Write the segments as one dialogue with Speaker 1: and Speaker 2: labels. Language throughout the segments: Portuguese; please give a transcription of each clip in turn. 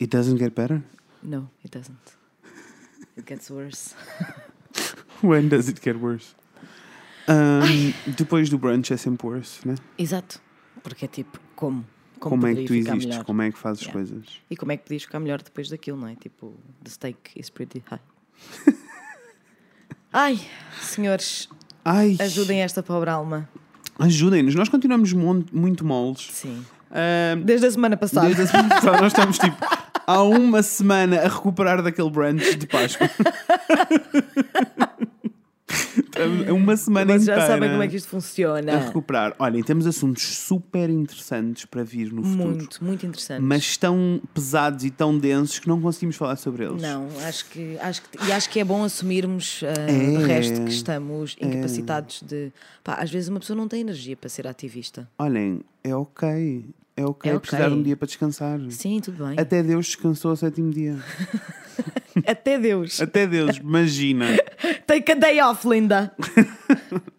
Speaker 1: It doesn't get better?
Speaker 2: No, it doesn't. It gets worse.
Speaker 1: When does it get worse? Ahm, depois do brunch é sempre worse, né?
Speaker 2: Exato. Porque é tipo, como?
Speaker 1: Como, é que
Speaker 2: poderia
Speaker 1: tu
Speaker 2: ficar
Speaker 1: existes?
Speaker 2: melhor?
Speaker 1: Como é que fazes
Speaker 2: Yeah.
Speaker 1: coisas?
Speaker 2: E como é que podias ficar melhor depois daquilo, não é? Tipo, the steak is pretty high. Ai, senhores,
Speaker 1: Ai,
Speaker 2: ajudem esta pobre alma.
Speaker 1: ajudem-nos. Nós continuamos mon- muito moles.
Speaker 2: Sim.
Speaker 1: Ahm,
Speaker 2: Desde a semana passada.
Speaker 1: desde a semana passada nós estamos tipo há uma semana a recuperar daquele brunch de Páscoa. Estamos uma semana
Speaker 2: Vocês
Speaker 1: inteira.
Speaker 2: já sabem como é que isto
Speaker 1: a
Speaker 2: funciona.
Speaker 1: recuperar. Olhem, temos assuntos super interessantes para vir no futuro.
Speaker 2: Muito, muito interessante.
Speaker 1: Mas tão pesados e tão densos que não conseguimos falar sobre eles.
Speaker 2: Não, acho que, acho que e acho que é bom assumirmos ah,
Speaker 1: É.
Speaker 2: de resto que estamos incapacitados de. Pá, às vezes uma pessoa não tem energia para ser ativista.
Speaker 1: Olhem, é ok. É ok
Speaker 2: É ok.
Speaker 1: precisar de um dia para descansar.
Speaker 2: Sim, tudo bem.
Speaker 1: Até Deus descansou ao sétimo dia.
Speaker 2: Até Deus.
Speaker 1: Até Deus, imagina.
Speaker 2: Take a day off, Linda.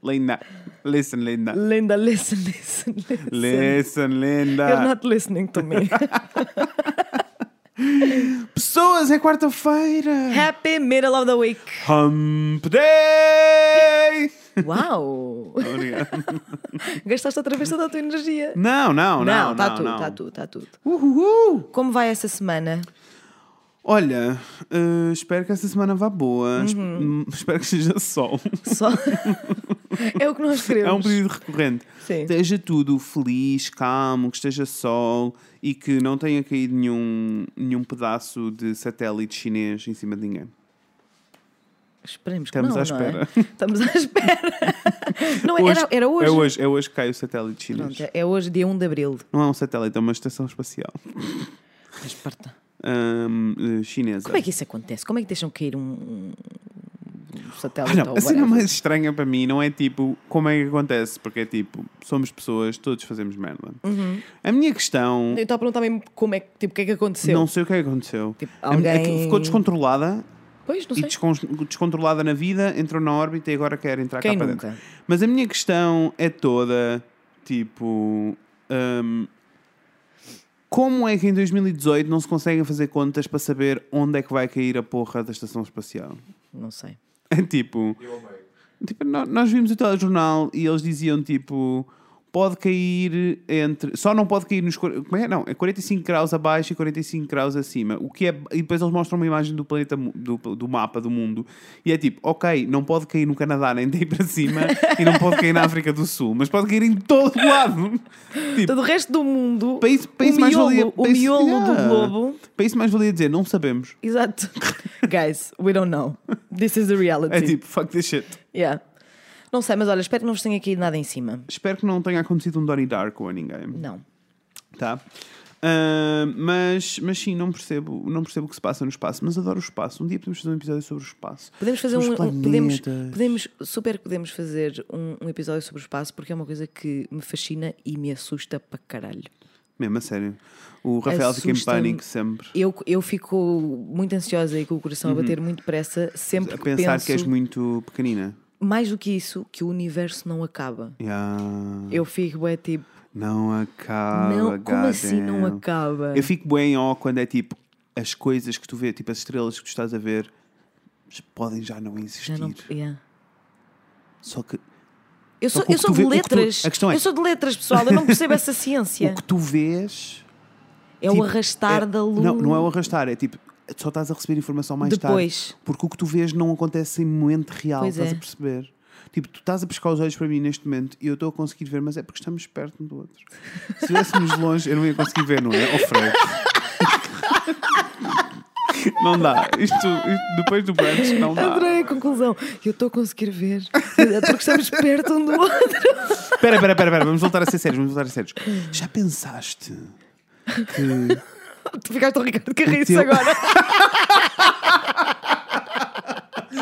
Speaker 1: Linda. Listen, Linda.
Speaker 2: Linda, listen, listen, listen.
Speaker 1: Listen,
Speaker 2: You're
Speaker 1: Linda.
Speaker 2: not listening to me.
Speaker 1: Pessoas, é quarta-feira.
Speaker 2: Happy middle of the week.
Speaker 1: Hump Day!
Speaker 2: Uau!
Speaker 1: Obrigado.
Speaker 2: Gastaste outra vez toda a tua energia.
Speaker 1: Não, não, tá não.
Speaker 2: está
Speaker 1: não,
Speaker 2: tudo,
Speaker 1: não.
Speaker 2: está tudo, está tudo.
Speaker 1: Uhuhu!
Speaker 2: Como vai essa semana?
Speaker 1: Olha, eh, espero que esta semana vá boa. Es- hum, Espero que seja sol.
Speaker 2: Só. é o que nós queremos.
Speaker 1: É um pedido recorrente.
Speaker 2: Sim.
Speaker 1: Esteja tudo feliz, calmo, que esteja sol e que não tenha caído nenhum, nenhum pedaço de satélite chinês em cima de ninguém.
Speaker 2: Esperemos que
Speaker 1: Estamos
Speaker 2: não,
Speaker 1: à
Speaker 2: não é?
Speaker 1: espera.
Speaker 2: Estamos à espera. Não, é- era, era hoje.
Speaker 1: É hoje, é hoje que cai o satélite chinês.
Speaker 2: Pronto, é hoje, dia 1 de Abril.
Speaker 1: Não é um satélite, é uma estação espacial
Speaker 2: Mas parta.
Speaker 1: hum, eh, chinesa.
Speaker 2: Como é que isso acontece? Como é que deixam cair um, um satélite
Speaker 1: Ah, assim Não,
Speaker 2: ou
Speaker 1: a cena
Speaker 2: whatever?
Speaker 1: mais estranha para mim não é tipo como é que acontece, porque é tipo, somos pessoas, todos fazemos merda.
Speaker 2: Uhum.
Speaker 1: A minha questão,
Speaker 2: Eu estava a perguntar mesmo como é que, tipo, o que é que aconteceu.
Speaker 1: não sei o que é que aconteceu.
Speaker 2: Tipo,
Speaker 1: A minha- é que
Speaker 2: alguém-
Speaker 1: ficou descontrolada
Speaker 2: Pois, não
Speaker 1: e
Speaker 2: sei.
Speaker 1: descon- descontrolada na vida, entrou na órbita e agora quer entrar
Speaker 2: Quem
Speaker 1: cá para
Speaker 2: nunca?
Speaker 1: dentro. Mas a minha questão é toda tipo. hum, como é que em 2018 não se conseguem fazer contas para saber onde é que vai cair a porra da estação espacial?
Speaker 2: Não sei.
Speaker 1: É tipo. tipo, nó- nós vimos o telejornal e eles diziam tipo. Pode cair entre. Só não pode cair nos. quar- Como é? Não, é 45 graus abaixo e 45 graus acima. O que é. E depois eles mostram uma imagem do planeta. mu- Do, do mapa do mundo. E é tipo, ok, não pode cair no Canadá nem daí para cima. e não pode cair na África do Sul. Mas pode cair em todo o lado. tipo,
Speaker 2: Todo o resto do mundo,
Speaker 1: país, país
Speaker 2: o
Speaker 1: mais
Speaker 2: miolo,
Speaker 1: valia.
Speaker 2: o
Speaker 1: país-
Speaker 2: miolo
Speaker 1: Yeah.
Speaker 2: do globo.
Speaker 1: País mais valia dizer, não sabemos.
Speaker 2: Exato. Guys, we don't know. This is the reality.
Speaker 1: É tipo, fuck this shit.
Speaker 2: Yeah. Não sei, mas olha, espero que não vos tenha caído nada em cima.
Speaker 1: Espero que não tenha acontecido um Donnie Darko a ninguém.
Speaker 2: Não.
Speaker 1: Tá. Ah, mas, mas sim, não percebo, não percebo o que se passa no espaço, mas adoro o espaço. Um dia podemos fazer um episódio sobre o espaço.
Speaker 2: Podemos fazer
Speaker 1: Sobre
Speaker 2: um,
Speaker 1: os
Speaker 2: um- podemos,
Speaker 1: planetas.
Speaker 2: podemos super que podemos fazer um, um episódio sobre o espaço porque é uma coisa que me fascina e me assusta para caralho.
Speaker 1: Mesmo, a sério. O Rafael fica em
Speaker 2: Assusta-me.
Speaker 1: pânico sempre.
Speaker 2: Eu, eu fico muito ansiosa e com o coração a bater muito depressa sempre
Speaker 1: Uhum. A
Speaker 2: que
Speaker 1: pensar
Speaker 2: penso,
Speaker 1: que és muito pequenina.
Speaker 2: mais do que isso, que o universo não acaba.
Speaker 1: Ya, Hum.
Speaker 2: Eu fico é tipo,
Speaker 1: Não acaba.
Speaker 2: não, como assim não
Speaker 1: goddamn.
Speaker 2: acaba?
Speaker 1: Ah, Eu fico bem em ó quando é tipo as coisas que tu vês, tipo as estrelas que tu estás a ver, podem já não existir.
Speaker 2: Já não, yeah.
Speaker 1: Só que
Speaker 2: Eu
Speaker 1: Só
Speaker 2: sou,
Speaker 1: que o
Speaker 2: eu
Speaker 1: que
Speaker 2: sou
Speaker 1: tu
Speaker 2: de
Speaker 1: vê- o que tu-
Speaker 2: letras.
Speaker 1: a questão é-
Speaker 2: Eu sou de letras, pessoal. Eu não percebo essa ciência.
Speaker 1: o que tu vês
Speaker 2: é
Speaker 1: tipo,
Speaker 2: o arrastar
Speaker 1: é-
Speaker 2: da luz.
Speaker 1: Não, não é o arrastar, é tipo, só estás a receber informação mais
Speaker 2: Depois.
Speaker 1: tarde. Porque o que tu vês não acontece em momento real,
Speaker 2: Pois
Speaker 1: estás
Speaker 2: é.
Speaker 1: a perceber? Tipo, tu estás a pescar os olhos para mim neste momento e eu estou a conseguir ver, mas é porque estamos perto um do outro. Se estivéssemos longe, eu não ia conseguir ver, não é? Oh, Freud. não dá. Isto, isto depois do brunch, não dá.
Speaker 2: Adorei a conclusão. Eu estou a conseguir ver. É porque estamos perto um do outro.
Speaker 1: Espera, espera, espera, espera, vamos voltar a ser sérios, vamos voltar a ser sérios. Já pensaste que
Speaker 2: Tu ficaste o Ricardo Carriço
Speaker 1: teu-
Speaker 2: agora.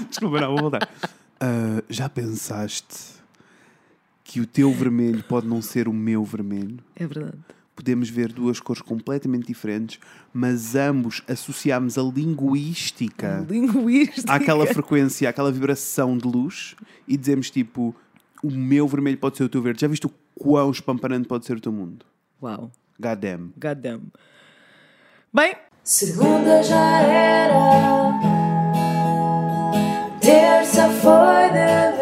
Speaker 1: Desculpa, não, vou voltar. Ah, já pensaste que o teu vermelho pode não ser o meu vermelho?
Speaker 2: É verdade.
Speaker 1: Podemos ver duas cores completamente diferentes, mas ambos associamos a linguística
Speaker 2: Linguística.
Speaker 1: àquela frequência, àquela vibração de luz e dizemos tipo: o meu vermelho pode ser o teu verde. Já viste o quão espamparante pode ser o teu mundo?
Speaker 2: Uau.
Speaker 1: Goddamn.
Speaker 2: Goddamn. Bem,
Speaker 3: Segunda já era, terça foi de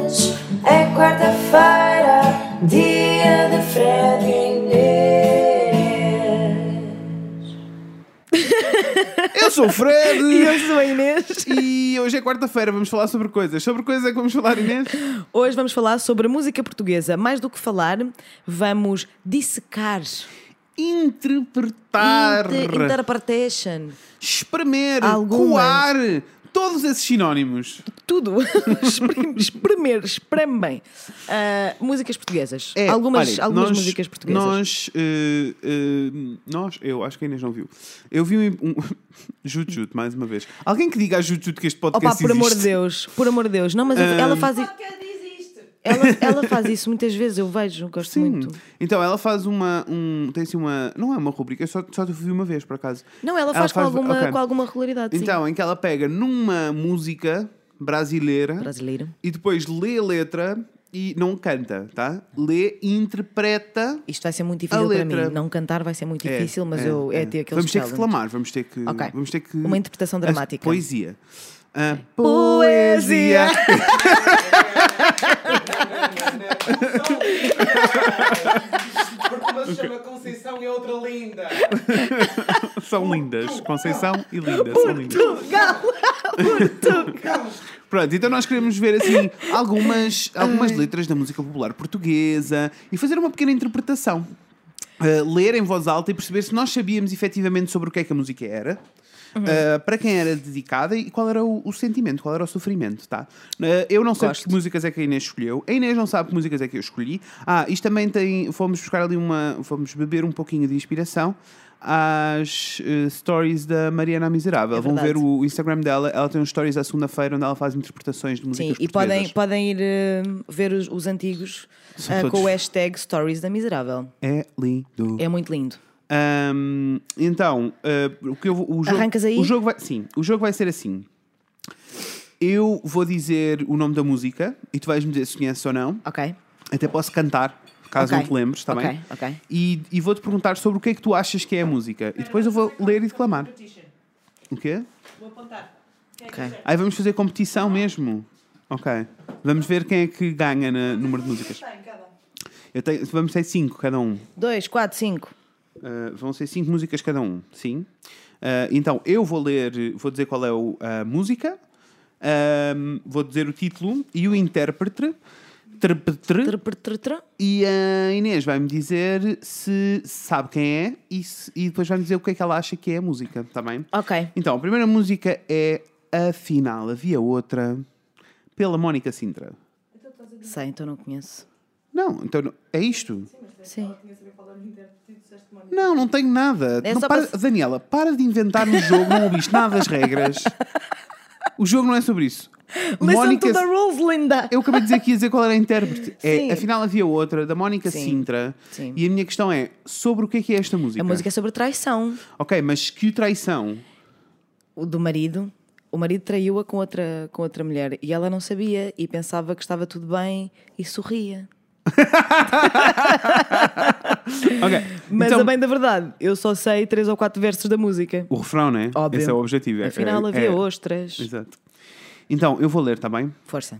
Speaker 3: vez, é quarta-feira, dia de Fred e Inês.
Speaker 1: Eu sou o
Speaker 2: E
Speaker 1: Fred
Speaker 2: eu sou a Inês.
Speaker 1: e hoje é quarta-feira, vamos falar sobre coisas. Sobre coisas é que vamos falar, Inês?
Speaker 2: Hoje vamos falar sobre a música portuguesa. Mais do que falar, vamos dissecar.
Speaker 1: Interpretar,
Speaker 2: Inter- Interpretation.
Speaker 1: espremer,
Speaker 2: Algumas.
Speaker 1: coar, todos esses sinónimos.
Speaker 2: Tudo. Espreme- Espremer, espreme bem. Ah, músicas portuguesas.
Speaker 1: É,
Speaker 2: algumas
Speaker 1: olha,
Speaker 2: algumas
Speaker 1: nós-
Speaker 2: músicas portuguesas.
Speaker 1: Nós, eh, eh, nós, eu acho que a Inês não viu. Eu vi um. um Jutjut, mais uma vez. Alguém que diga a Jutjut que este podcast
Speaker 2: Opa, por amor de
Speaker 1: existe.
Speaker 2: Deus, por amor de Deus. Não, mas eu-
Speaker 1: Ah.
Speaker 2: ela faz isso. Ela, ela faz isso muitas vezes, eu vejo, gosto muito.
Speaker 1: Então, ela faz uma. Um, tem assim uma. Não é uma rubrica, eu só, só te vi uma vez, por acaso.
Speaker 2: Não, ela faz, com, alguma,
Speaker 1: ok.
Speaker 2: com alguma regularidade. sim.
Speaker 1: Então, em que ela pega numa música brasileira
Speaker 2: Brasileira.
Speaker 1: e depois lê a letra e não canta, tá? Lê, interpreta.
Speaker 2: Isto vai ser muito difícil
Speaker 1: A
Speaker 2: para
Speaker 1: letra-
Speaker 2: mim. Não cantar vai ser muito
Speaker 1: É,
Speaker 2: difícil, mas
Speaker 1: é,
Speaker 2: eu é,
Speaker 1: é.
Speaker 2: ter aqueles
Speaker 1: Vamos ter que
Speaker 2: talents.
Speaker 1: reclamar, vamos ter que.
Speaker 2: Ok.
Speaker 1: Vamos ter que
Speaker 2: Uma interpretação
Speaker 1: As-
Speaker 2: dramática.
Speaker 1: Poesia. Ah,
Speaker 2: Poesia.
Speaker 4: Porque uma se chama Conceição e a outra linda.
Speaker 1: São lindas. Conceição e Linda. São lindas.
Speaker 2: Portugal! Portugal!
Speaker 1: Pronto, então nós queremos ver assim algumas, algumas letras da música popular portuguesa e fazer uma pequena interpretação. Ah, ler em voz alta e perceber se nós sabíamos efetivamente sobre o que é que a música era,
Speaker 2: Uhum.
Speaker 1: ah, para quem era dedicada e qual era o, o sentimento, qual era o sofrimento, tá? Ah, eu não sei
Speaker 2: Gosto.
Speaker 1: que músicas é que a Inês escolheu, a Inês não sabe que músicas é que eu escolhi. Ah, isto também tem. Fomos buscar ali uma. Fomos beber um pouquinho de inspiração às eh, stories da Mariana Miserável.
Speaker 2: É
Speaker 1: Vão ver
Speaker 2: verdade.
Speaker 1: o o Instagram dela, ela tem uns stories à segunda-feira onde ela faz interpretações de músicas
Speaker 2: Sim, e podem,
Speaker 1: portuguesas.
Speaker 2: podem ir eh, ver os, os antigos
Speaker 1: São
Speaker 2: eh,
Speaker 1: todos.
Speaker 2: com o hashtag Stories da Miserável.
Speaker 1: É lindo.
Speaker 2: É muito lindo.
Speaker 1: Ahm, então, ah, o que eu vou- o jogo,
Speaker 2: Arrancas aí?
Speaker 1: O jogo vai, sim, o jogo vai ser assim. Eu vou dizer o nome da música e tu vais-me dizer se conheces ou não.
Speaker 2: Ok?
Speaker 1: Até posso cantar, caso
Speaker 2: Ok.
Speaker 1: Ah, não te lembres, está
Speaker 2: Ok,
Speaker 1: bem?
Speaker 2: ok.
Speaker 1: E, e vou-te perguntar sobre o que é que tu achas que é a música. E depois eu vou ler e declamar. O quê?
Speaker 2: ok.
Speaker 1: Aí vamos fazer competição mesmo. Ok. Vamos ver quem é que ganha no número de músicas. Eu tenho- vamos ter cinco cada um.
Speaker 2: Dois, quatro, cinco.
Speaker 1: Uh, vão ser cinco músicas cada um, sim. Uh, então eu vou ler, vou dizer qual é o- a música, um, vou dizer o título e o intérprete. Interpretre,
Speaker 2: Tr, pr, tr, tr.
Speaker 1: e a Inês vai-me dizer se sabe quem é e, se- e depois vai-me dizer o que é que ela acha que é a música, está bem?
Speaker 2: Ok.
Speaker 1: Então, a primeira música é Afinal Havia Outra, pela Mónica Sintra.
Speaker 2: Sei, então não conheço.
Speaker 1: Não, então não- é isto?
Speaker 2: Sim.
Speaker 1: Não, não tenho nada.
Speaker 2: É
Speaker 1: Não,
Speaker 2: só
Speaker 1: para-
Speaker 2: para-
Speaker 1: Daniela, para de inventar no jogo, não ouviste nada das regras. O jogo não é sobre isso.
Speaker 2: Listen to the rules, linda!
Speaker 1: Eu acabei de dizer que ia dizer qual era a intérprete.
Speaker 2: Sim.
Speaker 1: É, afinal havia outra, da Mónica
Speaker 2: Sim.
Speaker 1: Sintra.
Speaker 2: Sim.
Speaker 1: E a minha questão é: sobre o que é que é esta música?
Speaker 2: A música é sobre traição.
Speaker 1: Ok, mas que traição.
Speaker 2: o do marido. O marido traiu-a com outra, com outra mulher e ela não sabia e pensava que estava tudo bem e sorria.
Speaker 1: Ok.
Speaker 2: Mas
Speaker 1: então,
Speaker 2: a bem da verdade, eu só sei três ou quatro versos da música.
Speaker 1: O refrão, né?
Speaker 2: Óbvio.
Speaker 1: Esse é o objetivo. é-
Speaker 2: Afinal,
Speaker 1: é,
Speaker 2: havia
Speaker 1: é-
Speaker 2: ostras.
Speaker 1: Exato. Então, eu vou ler, está bem?
Speaker 2: Força.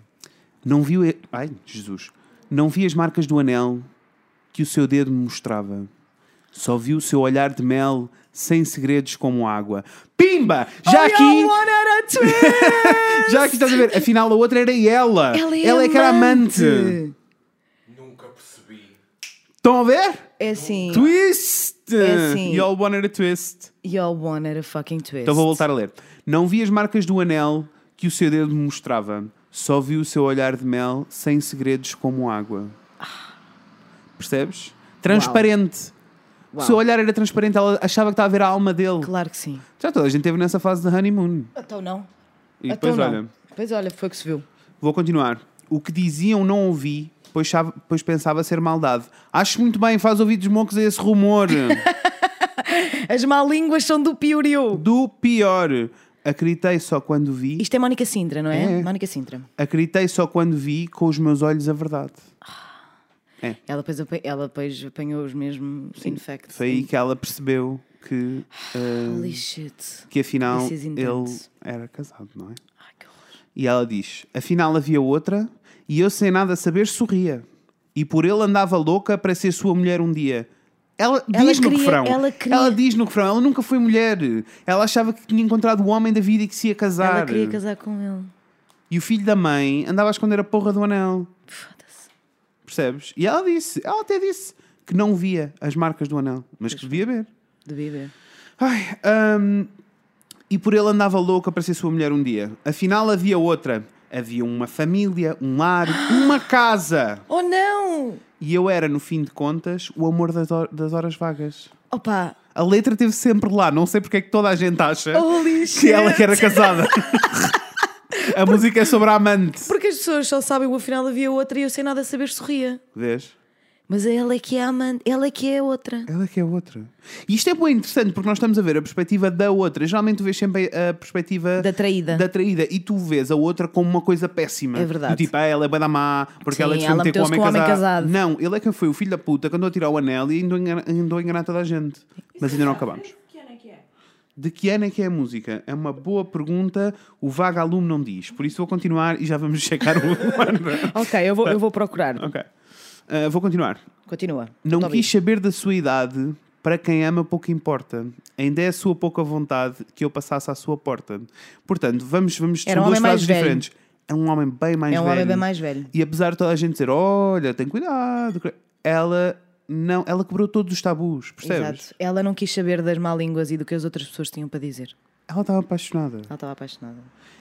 Speaker 1: Não viu. e- Ai, Jesus. Não vi as marcas do anel que o seu dedo me mostrava. Só vi o seu olhar de mel sem segredos como água. Pimba! Já
Speaker 2: I
Speaker 1: aqui,
Speaker 2: want it a twist!
Speaker 1: já aqui estás a ver. Afinal, a outra era ela.
Speaker 2: Ela é,
Speaker 1: é que era amante.
Speaker 2: amante.
Speaker 4: Nunca percebi.
Speaker 1: Estão a ver?
Speaker 2: É assim.
Speaker 1: Twist!
Speaker 2: É assim.
Speaker 1: Y'all wanted a twist.
Speaker 2: Y'all want it a fucking twist.
Speaker 1: Então vou voltar a ler. Não vi as marcas do anel que o seu dedo me mostrava. Só vi o seu olhar de mel sem segredos como água. Percebes? Transparente. O
Speaker 2: Uau.
Speaker 1: seu olhar era transparente, ela achava que estava a ver a alma dele.
Speaker 2: Claro que sim.
Speaker 1: Já toda a gente esteve nessa fase de honeymoon.
Speaker 2: Então não.
Speaker 1: E
Speaker 2: então
Speaker 1: depois,
Speaker 2: não.
Speaker 1: olha,
Speaker 2: Pois olha, foi que se viu.
Speaker 1: vou continuar. O que diziam não ouvi, pois, chava- pois pensava ser maldade. Acho muito bem, faz ouvidos mocos a esse rumor.
Speaker 2: As má línguas são do Pioriu.
Speaker 1: do pior. Acreditei só quando vi.
Speaker 2: Isto é Mónica Sintra, não é?
Speaker 1: É.
Speaker 2: Mónica Sintra.
Speaker 1: Acreditei só quando vi com os meus olhos a verdade. É.
Speaker 2: Ela, depois, apa- ela depois apanhou os mesmos infectos.
Speaker 1: Foi aí que ela percebeu que, ah,
Speaker 2: Holy shit.
Speaker 1: que afinal
Speaker 2: This is
Speaker 1: ele
Speaker 2: intense.
Speaker 1: era casado, não é?
Speaker 2: Ai, que horror.
Speaker 1: E ela diz: Afinal havia outra, e eu sem nada saber sorria. E por ele andava louca para ser sua mulher um dia. Ela,
Speaker 2: Ela
Speaker 1: diz no
Speaker 2: queria-
Speaker 1: refrão.
Speaker 2: ela queria-
Speaker 1: diz no refrão, ela nunca foi mulher. Ela achava que tinha encontrado o homem da vida e que se ia casar.
Speaker 2: Ela queria casar com ele.
Speaker 1: E o filho da mãe andava a esconder a porra do anel.
Speaker 2: Foda-se.
Speaker 1: Percebes? E ela disse, ela até disse que não via as marcas do anel, mas que devia ver.
Speaker 2: Devia ver.
Speaker 1: Ai, hum, e por ele andava louca para ser sua mulher um dia. Afinal, havia outra. Havia uma família, um lar, uma casa.
Speaker 2: Oh não!
Speaker 1: E eu era, no fim de contas, o amor das, hor- das horas vagas.
Speaker 2: Opa!
Speaker 1: A letra esteve sempre lá. Não sei porque é que toda a gente acha
Speaker 2: Holy shit!
Speaker 1: que ela que era casada. a música é sobre a amante.
Speaker 2: Porque as pessoas só sabem o afinal havia outra e eu sem nada saber sorria.
Speaker 1: Vês?
Speaker 2: Mas ela é que é a amante, ela é que é a outra.
Speaker 1: Ela que é outra. E isto é bem interessante porque nós estamos a ver a perspectiva da outra. Geralmente tu vês sempre a perspectiva
Speaker 2: Da traída.
Speaker 1: da traída e tu vês a outra como uma coisa péssima.
Speaker 2: É verdade.
Speaker 1: Do tipo, ah, ela é bué da má porque
Speaker 2: Sim,
Speaker 1: ela
Speaker 2: ela
Speaker 1: é de com o
Speaker 2: meteu-se
Speaker 1: homem,
Speaker 2: com o homem
Speaker 1: casado.
Speaker 2: casado.
Speaker 1: Não, ele é quem foi o filho da puta que andou a tirar o anel e andou a enganar, andou a enganar toda a gente. Mas ainda não acabamos.
Speaker 3: Que ano é que é?
Speaker 1: De que ano é que é a música? É uma boa pergunta, o vaga aluno não diz. Por isso vou continuar e já vamos checar o ano.
Speaker 2: Ok, eu vou, eu vou procurar.
Speaker 1: ok. Ah, vou continuar.
Speaker 2: Continua.
Speaker 1: Não
Speaker 2: Tô a ouvir.
Speaker 1: quis saber da sua idade, para quem ama pouco importa. Ainda é a sua pouca vontade que eu passasse à sua porta. Portanto, vamos, vamos
Speaker 2: Era um
Speaker 1: são duas
Speaker 2: homem mais
Speaker 1: frases
Speaker 2: velho.
Speaker 1: diferentes. É um homem bem mais
Speaker 2: É um
Speaker 1: velho.
Speaker 2: homem bem mais velho.
Speaker 1: E apesar de toda a gente dizer, olha, tem cuidado, ela não, ela quebrou todos os tabus, percebes?
Speaker 2: Exato. Ela não quis saber das má línguas e do que as outras pessoas tinham para dizer.
Speaker 1: Ela estava apaixonada.
Speaker 2: Ela estava apaixonada.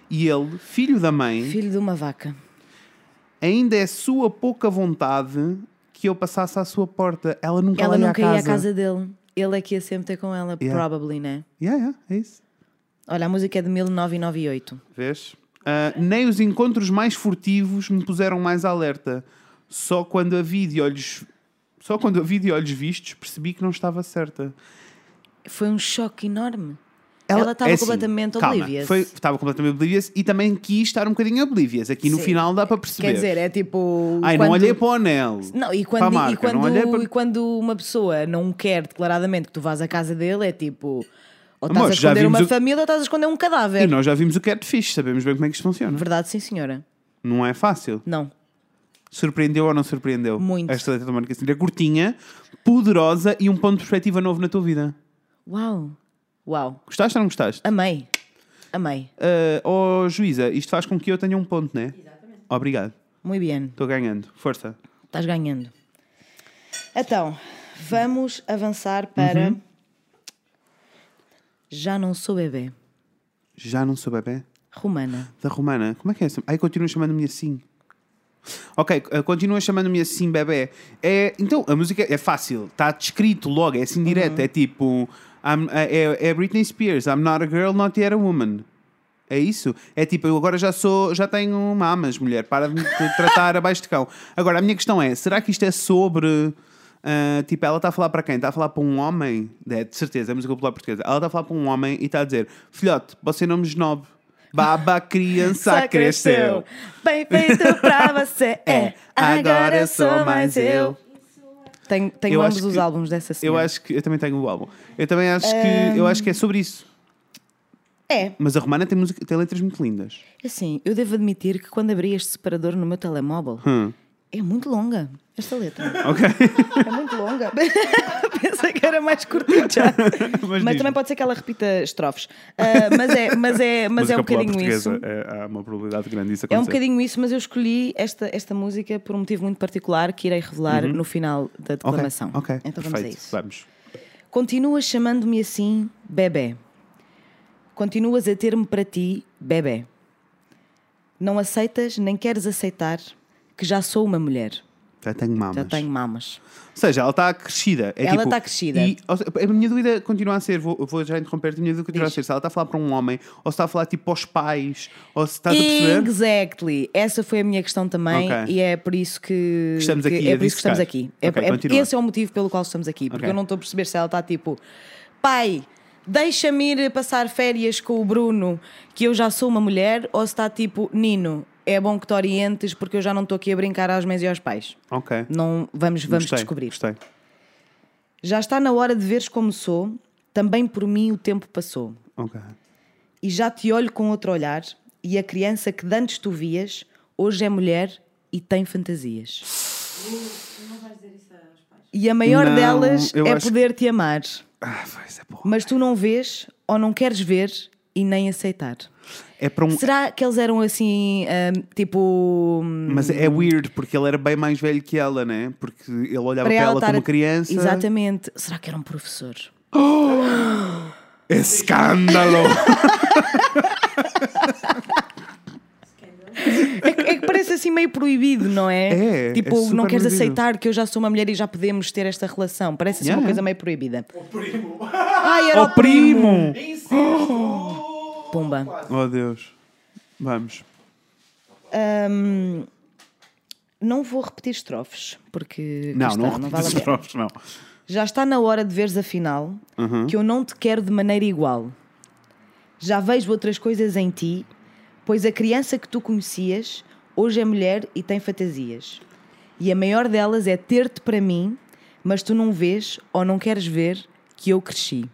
Speaker 1: E ele, filho da mãe,
Speaker 2: Filho de uma vaca.
Speaker 1: ainda é sua pouca vontade que eu passasse à sua porta. Ela nunca
Speaker 2: ela
Speaker 1: lá ia
Speaker 2: nunca
Speaker 1: à casa.
Speaker 2: ia à casa dele. Ele é que ia sempre ter com ela,
Speaker 1: Yeah.
Speaker 2: probably, né?
Speaker 1: Yeah, yeah, é isso.
Speaker 2: Olha, a música é de 1998.
Speaker 1: Vês? Ah, nem os encontros mais furtivos me puseram mais alerta. Só quando a vi de olhos. Só quando a vi de olhos vistos percebi que não estava certa.
Speaker 2: Foi um choque enorme. Ela estava
Speaker 1: é assim,
Speaker 2: completamente
Speaker 1: calma,
Speaker 2: oblivious.
Speaker 1: foi- Estava completamente oblivious e também quis estar um bocadinho oblivious. Aqui no
Speaker 2: Sim.
Speaker 1: final dá para perceber.
Speaker 2: Quer dizer, é tipo.
Speaker 1: Ai, não
Speaker 2: quando-
Speaker 1: olhei para o anel.
Speaker 2: Não, e
Speaker 1: para a
Speaker 2: quando,
Speaker 1: marca,
Speaker 2: e, quando,
Speaker 1: não olhei para...
Speaker 2: e quando uma pessoa não quer declaradamente que tu vás à casa dele, é tipo. Ou estás
Speaker 1: Amor,
Speaker 2: a
Speaker 1: já
Speaker 2: esconder
Speaker 1: vimos
Speaker 2: uma
Speaker 1: o-
Speaker 2: família ou estás a esconder um
Speaker 1: E
Speaker 2: cadáver.
Speaker 1: nós já vimos o catfish, sabemos bem como é que isto funciona.
Speaker 2: Verdade, sim, senhora.
Speaker 1: Não é fácil.
Speaker 2: Não.
Speaker 1: Surpreendeu ou não surpreendeu?
Speaker 2: Muito.
Speaker 1: Esta letra da Mónica Sintra é curtinha, poderosa e um ponto de perspectiva novo na tua vida.
Speaker 2: Uau! Uau!
Speaker 1: Gostaste ou não gostaste?
Speaker 2: Amei! Amei!
Speaker 1: Uh, oh, juíza, isto faz com que eu tenha um ponto, não é? Exatamente. Obrigado,
Speaker 2: Muito bem,
Speaker 1: estou ganhando. Força.
Speaker 2: estás ganhando. Então, vamos avançar para.
Speaker 1: Uhum.
Speaker 2: Já não sou bebê.
Speaker 1: Já não sou bebê?
Speaker 2: Romana.
Speaker 1: Da Romana. Como é que é essa? Ai, continua chamando-me assim. Ok, uh, continua chamando-me assim, bebê. É, então, a música é fácil, está descrito logo, é assim direto. É tipo, I'm- é, é Britney Spears, I'm not a girl, not yet a woman. É isso? É tipo, eu agora já sou, já tenho mamas, mulher, para de me tratar abaixo de cão. Agora, a minha questão é, será que isto é sobre. ah, tipo, ela está a falar para quem? Está a falar para um homem? É, de certeza, é música popular portuguesa. Ela está a falar para um homem e está a dizer: Filhote, você é não me esnobe. Baba, a criança cresceu.
Speaker 2: Bem feito para você! É!
Speaker 1: Agora sou mais eu.
Speaker 2: Tenho, tenho
Speaker 1: Eu
Speaker 2: ambos
Speaker 1: acho
Speaker 2: os
Speaker 1: que-
Speaker 2: álbuns dessa
Speaker 1: Eu
Speaker 2: senhora.
Speaker 1: acho que eu também tenho o álbum. Eu também acho que eu acho que é sobre isso.
Speaker 2: É.
Speaker 1: Mas a Romana tem, música, tem letras muito lindas.
Speaker 2: Assim, eu devo admitir que quando abri este separador no meu telemóvel,
Speaker 1: Hum.
Speaker 2: é muito longa esta letra.
Speaker 1: Ok.
Speaker 2: É muito longa. Pensei que era mais curtinho já.
Speaker 1: Mas
Speaker 2: Mas,
Speaker 1: diz-me.
Speaker 2: também pode ser que ela repita estrofes. Ah, mas é, mas é, mas é um bocadinho isso.
Speaker 1: há uma probabilidade grande disso
Speaker 2: É um bocadinho isso, mas eu escolhi esta, esta música por um motivo muito particular que irei revelar no final da declamação.
Speaker 1: Uhum. Ok.
Speaker 2: Então vamos a
Speaker 1: Perfeito.
Speaker 2: isso.
Speaker 1: Vamos.
Speaker 2: Continuas chamando-me assim, bebê. Continuas a ter-me para ti, bebê. Não aceitas, nem queres aceitar, que já sou uma mulher.
Speaker 1: Já tenho mamas.
Speaker 2: Já tenho mamas.
Speaker 1: Ou seja, ela está crescida. É
Speaker 2: Ela
Speaker 1: tipo-
Speaker 2: está crescida.
Speaker 1: E, ou se- a minha dúvida continua a ser, vou, vou já interromper-te, a minha dúvida continua a ser se ela está a falar para um homem ou se está a falar tipo aos pais ou se estás a perceber.
Speaker 2: Exactly. Essa foi a minha questão também
Speaker 1: Ok.
Speaker 2: e é por isso que,
Speaker 1: estamos
Speaker 2: que
Speaker 1: aqui
Speaker 2: é
Speaker 1: a
Speaker 2: por isso que estamos
Speaker 1: dissecar.
Speaker 2: aqui. É-
Speaker 1: Ok,
Speaker 2: é-
Speaker 1: continua.
Speaker 2: esse é o motivo pelo qual estamos aqui, porque
Speaker 1: Ok.
Speaker 2: eu não estou a perceber se ela está tipo, pai, deixa-me ir passar férias com o Bruno, que eu já sou uma mulher, ou se está tipo, Nino, é bom que te orientes porque eu já não estou aqui a brincar às mães e aos pais.
Speaker 1: Ok.
Speaker 2: Não, vamos vamos
Speaker 1: Gostei,
Speaker 2: descobrir.
Speaker 1: Gostei.
Speaker 2: Já está na hora de veres como sou, também por mim o tempo passou.
Speaker 1: Ok.
Speaker 2: E já te olho com outro olhar, e a criança que de antes tu vias, hoje é mulher e tem fantasias. E a maior
Speaker 1: Não,
Speaker 2: delas
Speaker 1: eu
Speaker 2: é
Speaker 1: acho que-
Speaker 2: poder te amar,
Speaker 1: Ah, pois é bom.
Speaker 2: mas tu não vês ou não queres ver e nem aceitar.
Speaker 1: É para um.
Speaker 2: Será que eles eram assim, hum, tipo.
Speaker 1: Mas é weird porque ele era bem mais velho que ela, né? Porque ele olhava para ela,
Speaker 2: estar
Speaker 1: como
Speaker 2: a-
Speaker 1: criança.
Speaker 2: Exatamente. Será que era um professor?
Speaker 1: É Escândalo!
Speaker 2: É que, é que parece assim meio proibido, não é?
Speaker 1: É,
Speaker 2: tipo,
Speaker 1: é
Speaker 2: não
Speaker 1: super
Speaker 2: queres
Speaker 1: proibido.
Speaker 2: aceitar que eu já sou uma mulher e já podemos ter esta relação. Parece assim
Speaker 1: Yeah.
Speaker 2: uma coisa meio proibida.
Speaker 4: O primo.
Speaker 2: Ai, era
Speaker 1: oh,
Speaker 2: o primo!
Speaker 1: primo!
Speaker 4: Incesto.
Speaker 2: Pumba.
Speaker 4: Quase.
Speaker 1: Oh, Deus. Vamos.
Speaker 2: Hum, não vou repetir estrofes, porque
Speaker 1: Não,
Speaker 2: cá
Speaker 1: não
Speaker 2: está, não vale
Speaker 1: repetes
Speaker 2: a
Speaker 1: os
Speaker 2: pena.
Speaker 1: trofos, não.
Speaker 2: Já está na hora de veres a final que eu não te quero de maneira igual. Já vejo outras coisas em ti, pois a criança que tu conhecias hoje é mulher e tem fantasias. E a maior delas é ter-te para mim, mas tu não vês ou não queres ver que eu cresci.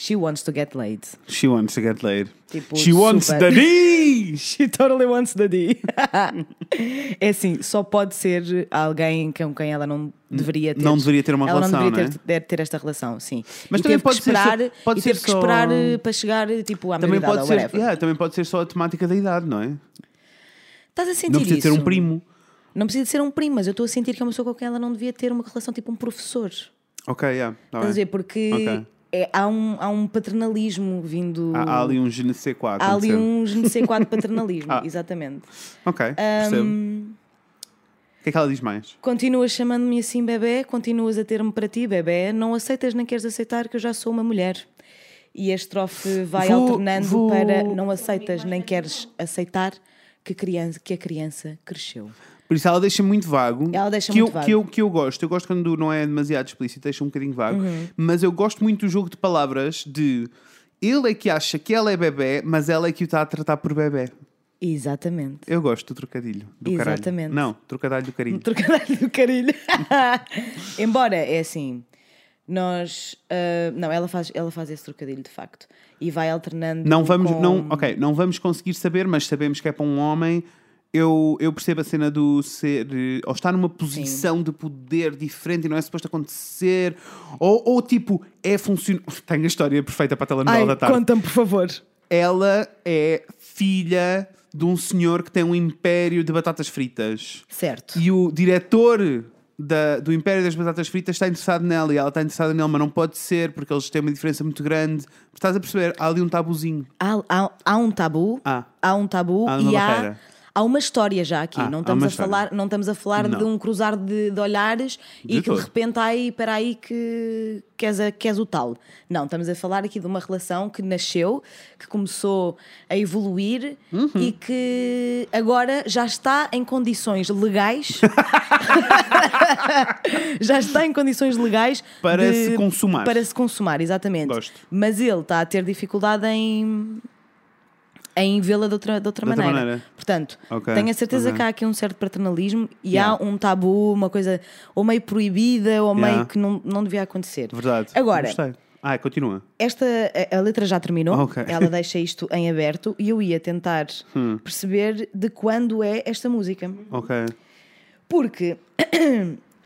Speaker 2: She wants to get laid.
Speaker 1: She wants to get laid.
Speaker 2: Tipo,
Speaker 1: She wants the
Speaker 2: super.
Speaker 1: D!
Speaker 2: She totally wants the D. é assim, só pode ser alguém com quem ela não deveria ter.
Speaker 1: Não deveria ter uma
Speaker 2: ela
Speaker 1: relação, é?
Speaker 2: não deveria ter, ter, ter esta relação, sim.
Speaker 1: Mas
Speaker 2: e
Speaker 1: também
Speaker 2: teve
Speaker 1: pode
Speaker 2: que
Speaker 1: ser só-
Speaker 2: esperar,
Speaker 1: pode
Speaker 2: e
Speaker 1: ser
Speaker 2: teve que
Speaker 1: só-
Speaker 2: esperar eh, para chegar tipo, à
Speaker 1: Também
Speaker 2: maioridade
Speaker 1: pode,
Speaker 2: ou
Speaker 1: ser,
Speaker 2: whatever.
Speaker 1: yeah, também pode ser só a temática da idade, não é?
Speaker 2: Estás a sentir
Speaker 1: Não precisa
Speaker 2: isso?
Speaker 1: ser um primo.
Speaker 2: Não precisa de ser um primo, mas eu estou a sentir que é uma pessoa com quem ela não devia ter uma relação, tipo um professor.
Speaker 1: Ok, yeah, tá
Speaker 2: Estás a
Speaker 1: bem.
Speaker 2: ver? Porque
Speaker 1: Ok.
Speaker 2: é- há, um, há um paternalismo vindo.
Speaker 1: Há, há ali um je ne sais quoi
Speaker 2: há ali um,
Speaker 1: acontecendo.
Speaker 2: uns não sei quatro paternalismo,
Speaker 1: Ah.
Speaker 2: exatamente.
Speaker 1: Ok, percebo.
Speaker 2: um,
Speaker 1: O que é que ela diz mais?
Speaker 2: Continuas chamando-me assim, bebê, continuas a ter-me para ti, bebê. Não aceitas nem queres aceitar que eu já sou uma mulher. E a estrofe vai
Speaker 1: Vou-
Speaker 2: alternando
Speaker 1: vou-
Speaker 2: para não aceitas nem queres aceitar que, criança, que a criança cresceu.
Speaker 1: Por isso ela deixa muito vago.
Speaker 2: Ela deixa
Speaker 1: que
Speaker 2: muito
Speaker 1: eu,
Speaker 2: vago.
Speaker 1: Que eu, que eu gosto. Eu gosto quando não é demasiado explícito, deixa um bocadinho vago.
Speaker 2: Uhum.
Speaker 1: Mas eu gosto muito do jogo de palavras de ele é que acha que ela é bebê, mas ela é que o está a tratar por bebê.
Speaker 2: Exatamente.
Speaker 1: Eu gosto do trocadilho. Do caralho.
Speaker 2: Exatamente.
Speaker 1: Não, trocadilho do carinho.
Speaker 2: Trocadilho do carilho. Embora, é assim, nós. ah, não, ela faz, ela faz esse trocadilho de facto. E vai alternando.
Speaker 1: Não vamos,
Speaker 2: com-
Speaker 1: não, ok, não vamos conseguir saber, mas sabemos que é para um homem. Eu, eu percebo a cena do ser, eh, ou estar numa posição de poder diferente e não é suposto acontecer, ou, ou tipo, é funcional. Tenho a história perfeita para a telenovela
Speaker 2: Ai,
Speaker 1: da tarde.
Speaker 2: conta-me, por favor.
Speaker 1: Ela é filha de um senhor que tem um império de batatas fritas.
Speaker 2: Certo.
Speaker 1: E o diretor da- do Império das Batatas Fritas está interessado nela e ela está interessada nele, mas não pode ser porque eles têm uma diferença muito grande. Estás a perceber? Há ali um tabuzinho.
Speaker 2: Há, há- há um tabu,
Speaker 1: Há.
Speaker 2: um tabu
Speaker 1: Ah. Há uma
Speaker 2: e há,
Speaker 1: barreira.
Speaker 2: há uma história já aqui.
Speaker 1: Ah, há
Speaker 2: não, estamos
Speaker 1: uma
Speaker 2: a falar,
Speaker 1: história.
Speaker 2: não estamos a falar de
Speaker 1: Não.
Speaker 2: um cruzar de, de olhares
Speaker 1: De
Speaker 2: e que
Speaker 1: todo.
Speaker 2: de repente ai, espera aí que, que, és a- que és o tal. Não, estamos a falar aqui de uma relação que nasceu, que começou a evoluir
Speaker 1: Uhum.
Speaker 2: e que agora já está em condições legais. já está em condições legais
Speaker 1: Para
Speaker 2: de-
Speaker 1: se consumar.
Speaker 2: Para se consumar, exatamente.
Speaker 1: Gosto.
Speaker 2: Mas ele está a ter dificuldade em, é em vê-la de outra, de outra
Speaker 1: De outra
Speaker 2: maneira.
Speaker 1: maneira.
Speaker 2: Portanto,
Speaker 1: Ok,
Speaker 2: tenho a certeza
Speaker 1: ok.
Speaker 2: que há aqui um certo paternalismo e
Speaker 1: Yeah.
Speaker 2: há um tabu, uma coisa ou meio proibida ou
Speaker 1: Yeah.
Speaker 2: meio que não, não devia acontecer.
Speaker 1: Verdade.
Speaker 2: Agora,
Speaker 1: Gostei. Ah, continua.
Speaker 2: esta, a- a, letra já terminou,
Speaker 1: Ok. Hum.
Speaker 2: ela deixa isto em aberto e eu ia tentar perceber de quando é esta música.
Speaker 1: Ok.
Speaker 2: Porque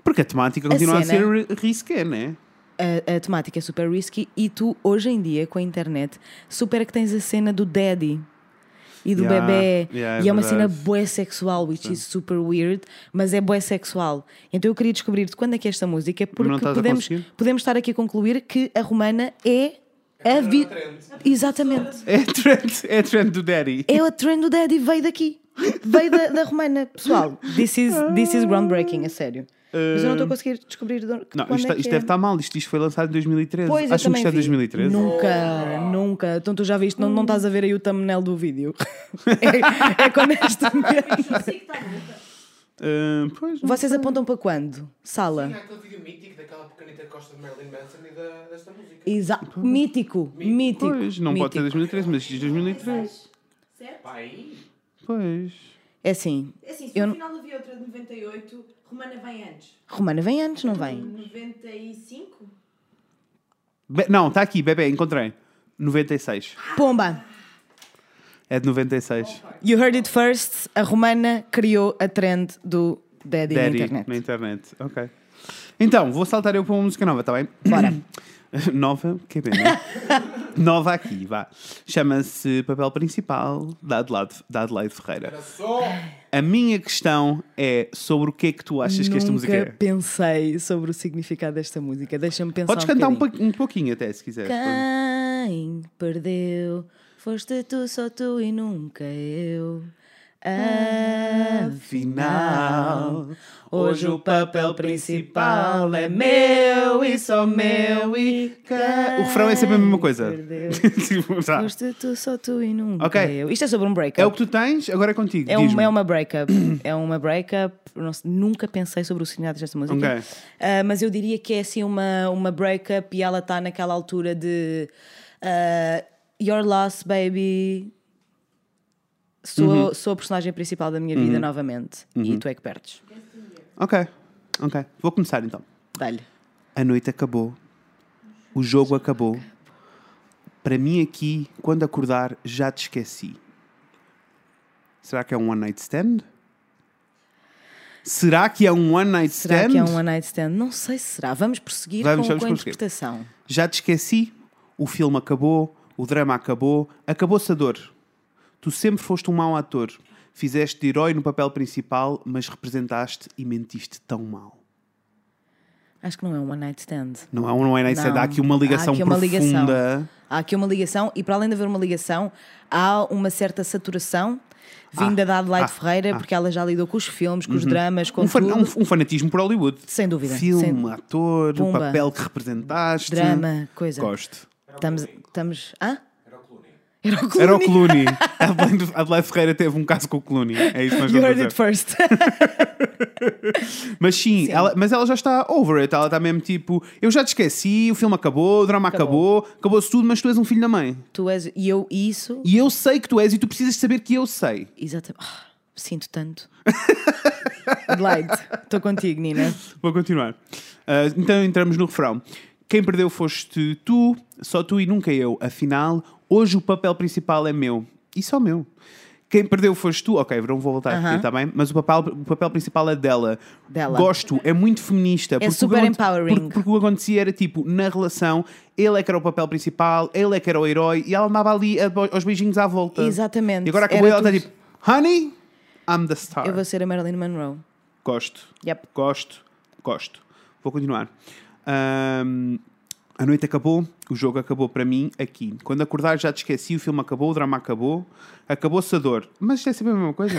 Speaker 1: Porque a temática continua a,
Speaker 2: cena-
Speaker 1: ser ri- risqué, né?
Speaker 2: a, a temática é super risky e tu, hoje em dia, com a internet, super é que tens a cena do daddy e do
Speaker 1: Yeah,
Speaker 2: bebê.
Speaker 1: yeah, é
Speaker 2: e é uma
Speaker 1: verdade.
Speaker 2: cena bué sexual, which is super weird, mas é bué sexual. Então eu queria descobrir de quando é que é esta música,
Speaker 1: Não
Speaker 2: porque
Speaker 1: estás a
Speaker 2: podemos,
Speaker 1: conseguir?
Speaker 2: podemos estar aqui a concluir que a romana é a vi... Exatamente.
Speaker 1: É trend, é trend do daddy.
Speaker 2: É a trend do daddy, veio daqui. Veio da, da romana, pessoal. This is, this is groundbreaking, a sério. Mas eu não estou a conseguir descobrir de de
Speaker 1: Eh, Não,
Speaker 2: quando
Speaker 1: isto, tá,
Speaker 2: é que
Speaker 1: isto
Speaker 2: é.
Speaker 1: deve estar mal. Isto, isto foi lançado em 2013.
Speaker 2: Pois, eu
Speaker 1: Acham que
Speaker 2: também
Speaker 1: isto é
Speaker 2: vi.
Speaker 1: 2013?
Speaker 2: Nunca, nunca. Então tu já viste, não, não estás a ver aí o thumbnail do vídeo. é, é com esta mesmo.
Speaker 1: Ah, pois. não.
Speaker 2: Vocês apontam para quando?
Speaker 4: Sim, há
Speaker 2: Sala?
Speaker 4: aquele vídeo mítico daquela pequenita costa de Marilyn Manson e da, desta música.
Speaker 2: Exato. Mítico. Hum. Mítico.
Speaker 1: Pois, não pode ser
Speaker 2: mítico.
Speaker 1: 2013, mas diz 2013.
Speaker 4: Pai,
Speaker 1: Pois.
Speaker 2: É assim,
Speaker 5: É assim, se
Speaker 2: Eu
Speaker 5: no
Speaker 2: não-
Speaker 5: final havia outra de 98, Romana vem antes.
Speaker 2: Romana vem antes, não vem?
Speaker 5: 95?
Speaker 1: Be- não, está aqui, bebê, encontrei. 96.
Speaker 2: Ah. Pomba!
Speaker 1: É de 96.
Speaker 2: You heard it first, a Romana criou a trend do Daddy,
Speaker 1: Daddy,
Speaker 2: na internet.
Speaker 1: na internet. Ok. Então, vou saltar eu para uma música nova, está bem?
Speaker 2: Bora.
Speaker 1: Nova, que pena. Nova aqui, vá. Chama-se Papel Principal, da Adelaide, da Adelaide Ferreira.
Speaker 4: Era só.
Speaker 1: A minha questão é sobre o que é que tu achas que esta música
Speaker 2: Nunca
Speaker 1: é.
Speaker 2: pensei sobre o significado desta música. Deixa-me pensar
Speaker 1: Podes
Speaker 2: um
Speaker 1: cantar um,
Speaker 2: bocadinho.
Speaker 1: pouquinho- um pouquinho até, um se quiseres.
Speaker 2: Quem perdeu? Foste tu, só tu e nunca eu. Afinal, hoje o papel principal é meu e só meu e quem
Speaker 1: O refrão é sempre a mesma coisa.
Speaker 2: perdeu?
Speaker 1: Tipo, já.
Speaker 2: Foste tu, só tu e nunca
Speaker 1: Ok.
Speaker 2: eu. Isto é sobre um breakup.
Speaker 1: É o que tu tens, agora é contigo.
Speaker 2: É, um-
Speaker 1: diz-me.
Speaker 2: é uma breakup. é uma breakup. Não sei, Nunca pensei sobre o significado desta música.
Speaker 1: Ok.
Speaker 2: Ah, mas eu diria que é assim uma, uma breakup e ela está naquela altura de ah, Your Loss, baby. Sou,
Speaker 1: Uhum.
Speaker 2: sou a personagem principal da minha vida novamente. E tu é que perdes.
Speaker 1: Ok, ok. Vou começar então.
Speaker 2: Dá-lhe.
Speaker 1: A noite acabou. O jogo acabou. Para mim aqui, quando acordar, já te esqueci. Será que é um one night stand? Será que é um one night
Speaker 2: Será
Speaker 1: stand?
Speaker 2: que é um one night stand? Não sei se será. Vamos prosseguir
Speaker 1: Vamos- vamos
Speaker 2: com, com a
Speaker 1: prosseguir.
Speaker 2: interpretação.
Speaker 1: Já te esqueci. O filme acabou. O drama acabou. Acabou-se a dor. Tu sempre foste um mau ator. Fizeste de herói no papel principal, mas representaste e mentiste tão mal.
Speaker 2: Acho que não é um one night stand.
Speaker 1: Não é um one night stand. Há aqui uma ligação
Speaker 2: aqui uma
Speaker 1: profunda.
Speaker 2: ligação. Há aqui uma ligação, e para além de haver uma ligação, há uma certa saturação vinda da Adelaide
Speaker 1: ah,
Speaker 2: Ferreira, porque ela já lidou com os filmes, com os dramas, com
Speaker 1: um, fan-
Speaker 2: tudo.
Speaker 1: um- um fanatismo por Hollywood.
Speaker 2: Sem dúvida,
Speaker 1: Filme,
Speaker 2: sem-
Speaker 1: ator, o
Speaker 2: Pumba.
Speaker 1: papel que representaste.
Speaker 2: Drama, coisa.
Speaker 1: Gosto.
Speaker 2: Estamos. estamos... Hã?
Speaker 4: Era o Clooney.
Speaker 2: Era
Speaker 1: Era o
Speaker 2: o Clooney.
Speaker 1: Clooney. A Adelaide- a Adelaide Ferreira teve um caso com o Clooney. É isso que nós
Speaker 2: You
Speaker 1: vamos
Speaker 2: heard it
Speaker 1: dizer.
Speaker 2: first.
Speaker 1: Mas sim, ela- mas ela já está over it. Ela está mesmo tipo: eu já te esqueci, o filme acabou, o drama acabou, acabou-se tudo, mas tu és um filho da mãe.
Speaker 2: tu és. E eu, isso.
Speaker 1: E eu sei que tu és e tu precisas de saber que eu sei.
Speaker 2: Exatamente. Ah, sinto tanto. Adelaide, estou contigo, Nina.
Speaker 1: Vou continuar. Ah, então entramos no refrão. Quem perdeu foste tu, só tu e nunca eu. Afinal, hoje o papel principal é meu. E só meu. Quem perdeu foste tu. Ok, não vou voltar a repetir,
Speaker 2: Aham.
Speaker 1: está bem? Mas o papel, o papel principal é dela.
Speaker 2: Dela.
Speaker 1: Gosto, é muito feminista. porque o que
Speaker 2: super
Speaker 1: aconte-
Speaker 2: empowering.
Speaker 1: Porque, porque o que acontecia era tipo, na relação, ele é que era o papel principal, ele é que era o herói e ela andava ali a- aos beijinhos à volta.
Speaker 2: Exatamente.
Speaker 1: E agora acabou e
Speaker 2: Era
Speaker 1: ela está
Speaker 2: tudo.
Speaker 1: tipo, Honey, I'm the star.
Speaker 2: Eu vou ser a Marilyn Monroe.
Speaker 1: Gosto.
Speaker 2: Yep.
Speaker 1: Gosto. Gosto. Vou continuar. Ahm, a noite acabou, o jogo acabou para mim aqui. Quando acordar já te esqueci, o filme acabou, o drama acabou, acabou-se a dor. Mas isto é sempre a mesma coisa.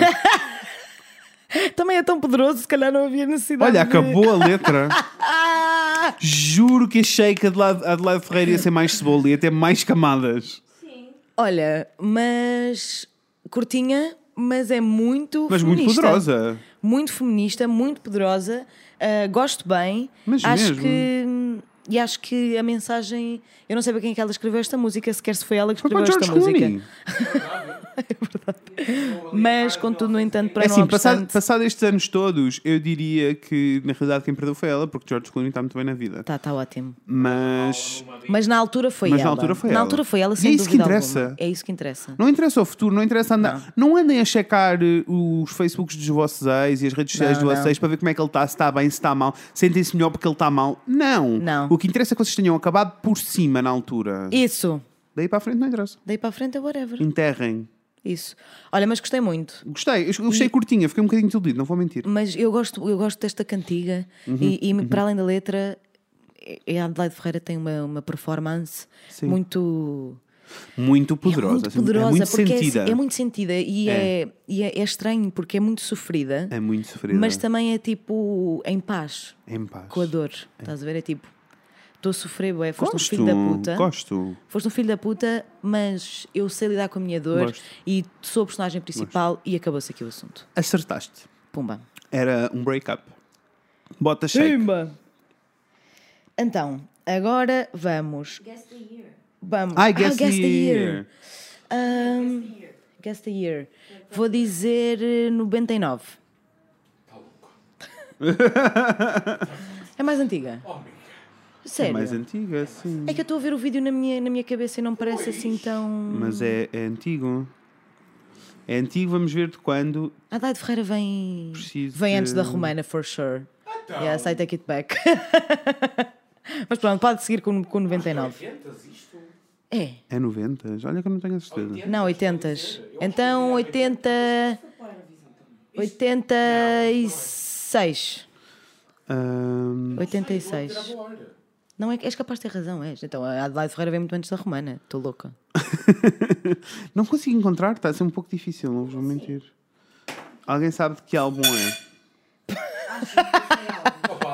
Speaker 2: Também é tão poderoso, se calhar não havia necessidade.
Speaker 1: Olha,
Speaker 2: de-
Speaker 1: acabou a letra.
Speaker 2: Ah!
Speaker 1: Juro que achei que a Adelaide, a Adelaide Ferreira ia ser mais cebola, ia ter mais camadas.
Speaker 5: Sim.
Speaker 2: Olha, mas curtinha, mas é muito
Speaker 1: Mas muito
Speaker 2: feminista.
Speaker 1: poderosa.
Speaker 2: Muito feminista, muito poderosa. Ah, gosto bem.
Speaker 1: Mas
Speaker 2: acho
Speaker 1: mesmo.
Speaker 2: que e acho que a mensagem, eu não sei para quem é que ela escreveu esta música, sequer se foi ela que
Speaker 1: Foi para
Speaker 2: escreveu
Speaker 1: o
Speaker 2: esta
Speaker 1: George Clooney.
Speaker 2: música. Mas contudo, no entanto, para
Speaker 1: É
Speaker 2: não
Speaker 1: assim, passado,
Speaker 2: obstante,
Speaker 1: passado estes anos todos, eu diria que na realidade quem perdeu foi ela, porque George Clooney está muito bem na vida.
Speaker 2: Tá, tá ótimo.
Speaker 1: Mas.
Speaker 2: Mas na altura foi
Speaker 1: Mas na
Speaker 2: ela.
Speaker 1: altura foi
Speaker 2: na
Speaker 1: ela.
Speaker 2: altura foi ela,
Speaker 1: E
Speaker 2: sem
Speaker 1: é isso que
Speaker 2: dúvida
Speaker 1: interessa.
Speaker 2: alguma. É isso que interessa.
Speaker 1: Não interessa o futuro, não interessa andar. Não, andem a checar eh, os Facebooks dos vossos ex e as redes sociais
Speaker 2: Não,
Speaker 1: do
Speaker 2: não.
Speaker 1: vosso ex para ver como é que ele está, se está bem, se está mal. Sentem-se melhor porque ele está mal. Não.
Speaker 2: Não.
Speaker 1: O que interessa é que vocês tenham acabado por cima na altura.
Speaker 2: Isso.
Speaker 1: Daí para a frente não interessa.
Speaker 2: Daí para a frente é whatever.
Speaker 1: Enterrem.
Speaker 2: Isso. Olha, mas gostei muito.
Speaker 1: Gostei, eu gostei curtinha, fiquei um bocadinho desiludido, não vou mentir.
Speaker 2: mas eu gosto, eu gosto desta cantiga
Speaker 1: Uhum,
Speaker 2: e, e para além da letra, e- a Adelaide Ferreira tem uma, uma performance
Speaker 1: Sim.
Speaker 2: muito
Speaker 1: Muito poderosa.
Speaker 2: É muito
Speaker 1: assim,
Speaker 2: poderosa,
Speaker 1: é muito
Speaker 2: porque é assim-
Speaker 1: sentida.
Speaker 2: É, muito sentida e, é. e é, é estranho porque é muito sofrida,
Speaker 1: É muito sofrida.
Speaker 2: mas também é tipo em paz
Speaker 1: Em paz.
Speaker 2: com a dor. Estás a ver? É tipo, estou a sofrer, bué, foste
Speaker 1: Gosto,
Speaker 2: um filho da puta.
Speaker 1: gosto.
Speaker 2: Foste um filho da puta, mas eu sei lidar com a minha dor
Speaker 1: Gosto.
Speaker 2: e sou a personagem principal e acabou-se aqui o assunto.
Speaker 1: Acertaste.
Speaker 2: Pumba.
Speaker 1: Era um break-up.
Speaker 2: Hum.
Speaker 1: Bota shake.
Speaker 2: Então, agora vamos.
Speaker 5: Guess the year.
Speaker 2: Vamos.
Speaker 1: I guess,
Speaker 2: Ah, guess the
Speaker 1: the
Speaker 2: year.
Speaker 1: year.
Speaker 2: Ahm, Um, Guess the year. Vou dizer eh, 99.
Speaker 4: Tá louco.
Speaker 2: É mais antiga.
Speaker 4: Oh, amiga.
Speaker 1: É
Speaker 2: Sério.
Speaker 1: mais antiga, sim.
Speaker 2: É que eu estou a ver o vídeo na minha, na minha cabeça e não parece assim tão.
Speaker 1: Mas é, é antigo. É antigo, vamos ver de quando.
Speaker 2: A Dai de Ferreira vem.
Speaker 1: Preciso
Speaker 2: vem
Speaker 1: de-
Speaker 2: antes da Romana, for sure.
Speaker 4: Então.
Speaker 2: Yes, I take it back. Mas pronto, pode seguir com, com 99.
Speaker 4: 80 isto?
Speaker 2: É.
Speaker 1: É 90? Olha que eu não tenho a certeza.
Speaker 2: Não, 80. Então 80. 86.
Speaker 1: Ahm,
Speaker 2: 86.
Speaker 4: Olha.
Speaker 2: Não é, és capaz de ter razão, és. Então a Adelaide Ferreira vem muito antes da Romana. Estou louca.
Speaker 1: não consigo encontrar, está a ser um pouco difícil, não vos vou mentir. Alguém sabe de que álbum é?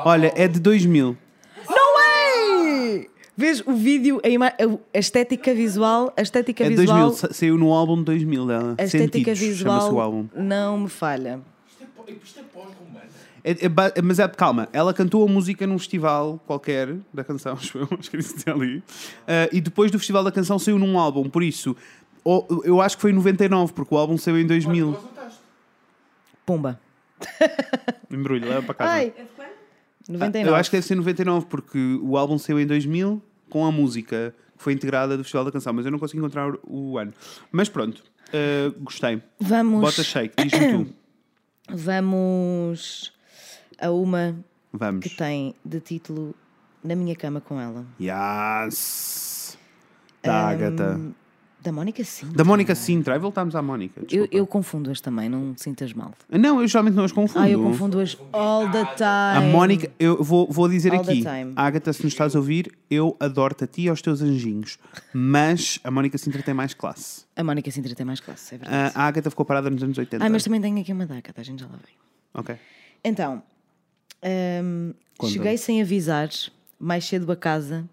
Speaker 1: Olha, é de 2000.
Speaker 2: Não é! Vês o vídeo, a, ima- a estética visual, a estética
Speaker 1: É de
Speaker 2: visual.
Speaker 1: 2000, sa- saiu no álbum 2000 dela.
Speaker 2: A estética
Speaker 1: é Sentidos, chama-se o
Speaker 2: visual
Speaker 1: álbum.
Speaker 2: não me falha.
Speaker 4: Isto é pó- Isto é pós-romana.
Speaker 1: É- é ba- mas é, calma, ela cantou a música num festival qualquer da canção, acho eu, acho que disse ali. Ah, e depois do festival da canção saiu num álbum, por isso, ou- eu acho que foi em 99, porque o álbum saiu em 2000.
Speaker 2: Pumba.
Speaker 1: Embrulho, leva para casa.
Speaker 2: Ai,
Speaker 5: É de quando?
Speaker 2: 99.
Speaker 1: Ah, eu acho que deve ser 99, porque o álbum saiu em 2000 com a música que foi integrada do festival da canção, mas eu não consigo encontrar o ano. Mas pronto, ah, gostei.
Speaker 2: Vamos,
Speaker 1: Bota shake, diz-me tu.
Speaker 2: vamos a uma
Speaker 1: Vamos.
Speaker 2: que tem de título Na Minha Cama com Ela.
Speaker 1: Yes! Da Agatha.
Speaker 2: Da Mónica, sim.
Speaker 1: Da Mónica Sintra. Aí voltámos à Mónica.
Speaker 2: Eu,
Speaker 1: desculpa.
Speaker 2: eu confundo-as também, não te sintas mal.
Speaker 1: Não, eu geralmente não as confundo.
Speaker 2: Ah, eu confundo-as all the time.
Speaker 1: A Mónica, eu vou, vou dizer
Speaker 2: All the
Speaker 1: aqui,
Speaker 2: time.
Speaker 1: Agatha, se nos estás a ouvir, eu adoro-te a ti e aos teus anjinhos, mas a Mónica Sintra tem mais classe.
Speaker 2: A Mónica Sintra tem mais classe, é verdade.
Speaker 1: A a Agatha ficou parada nos anos 80.
Speaker 2: Ah, mas também tenho aqui uma daca, a gente já lá vem.
Speaker 1: Ok.
Speaker 2: Então, hum,
Speaker 1: Conta-me.
Speaker 2: cheguei sem avisar, mais cedo a casa.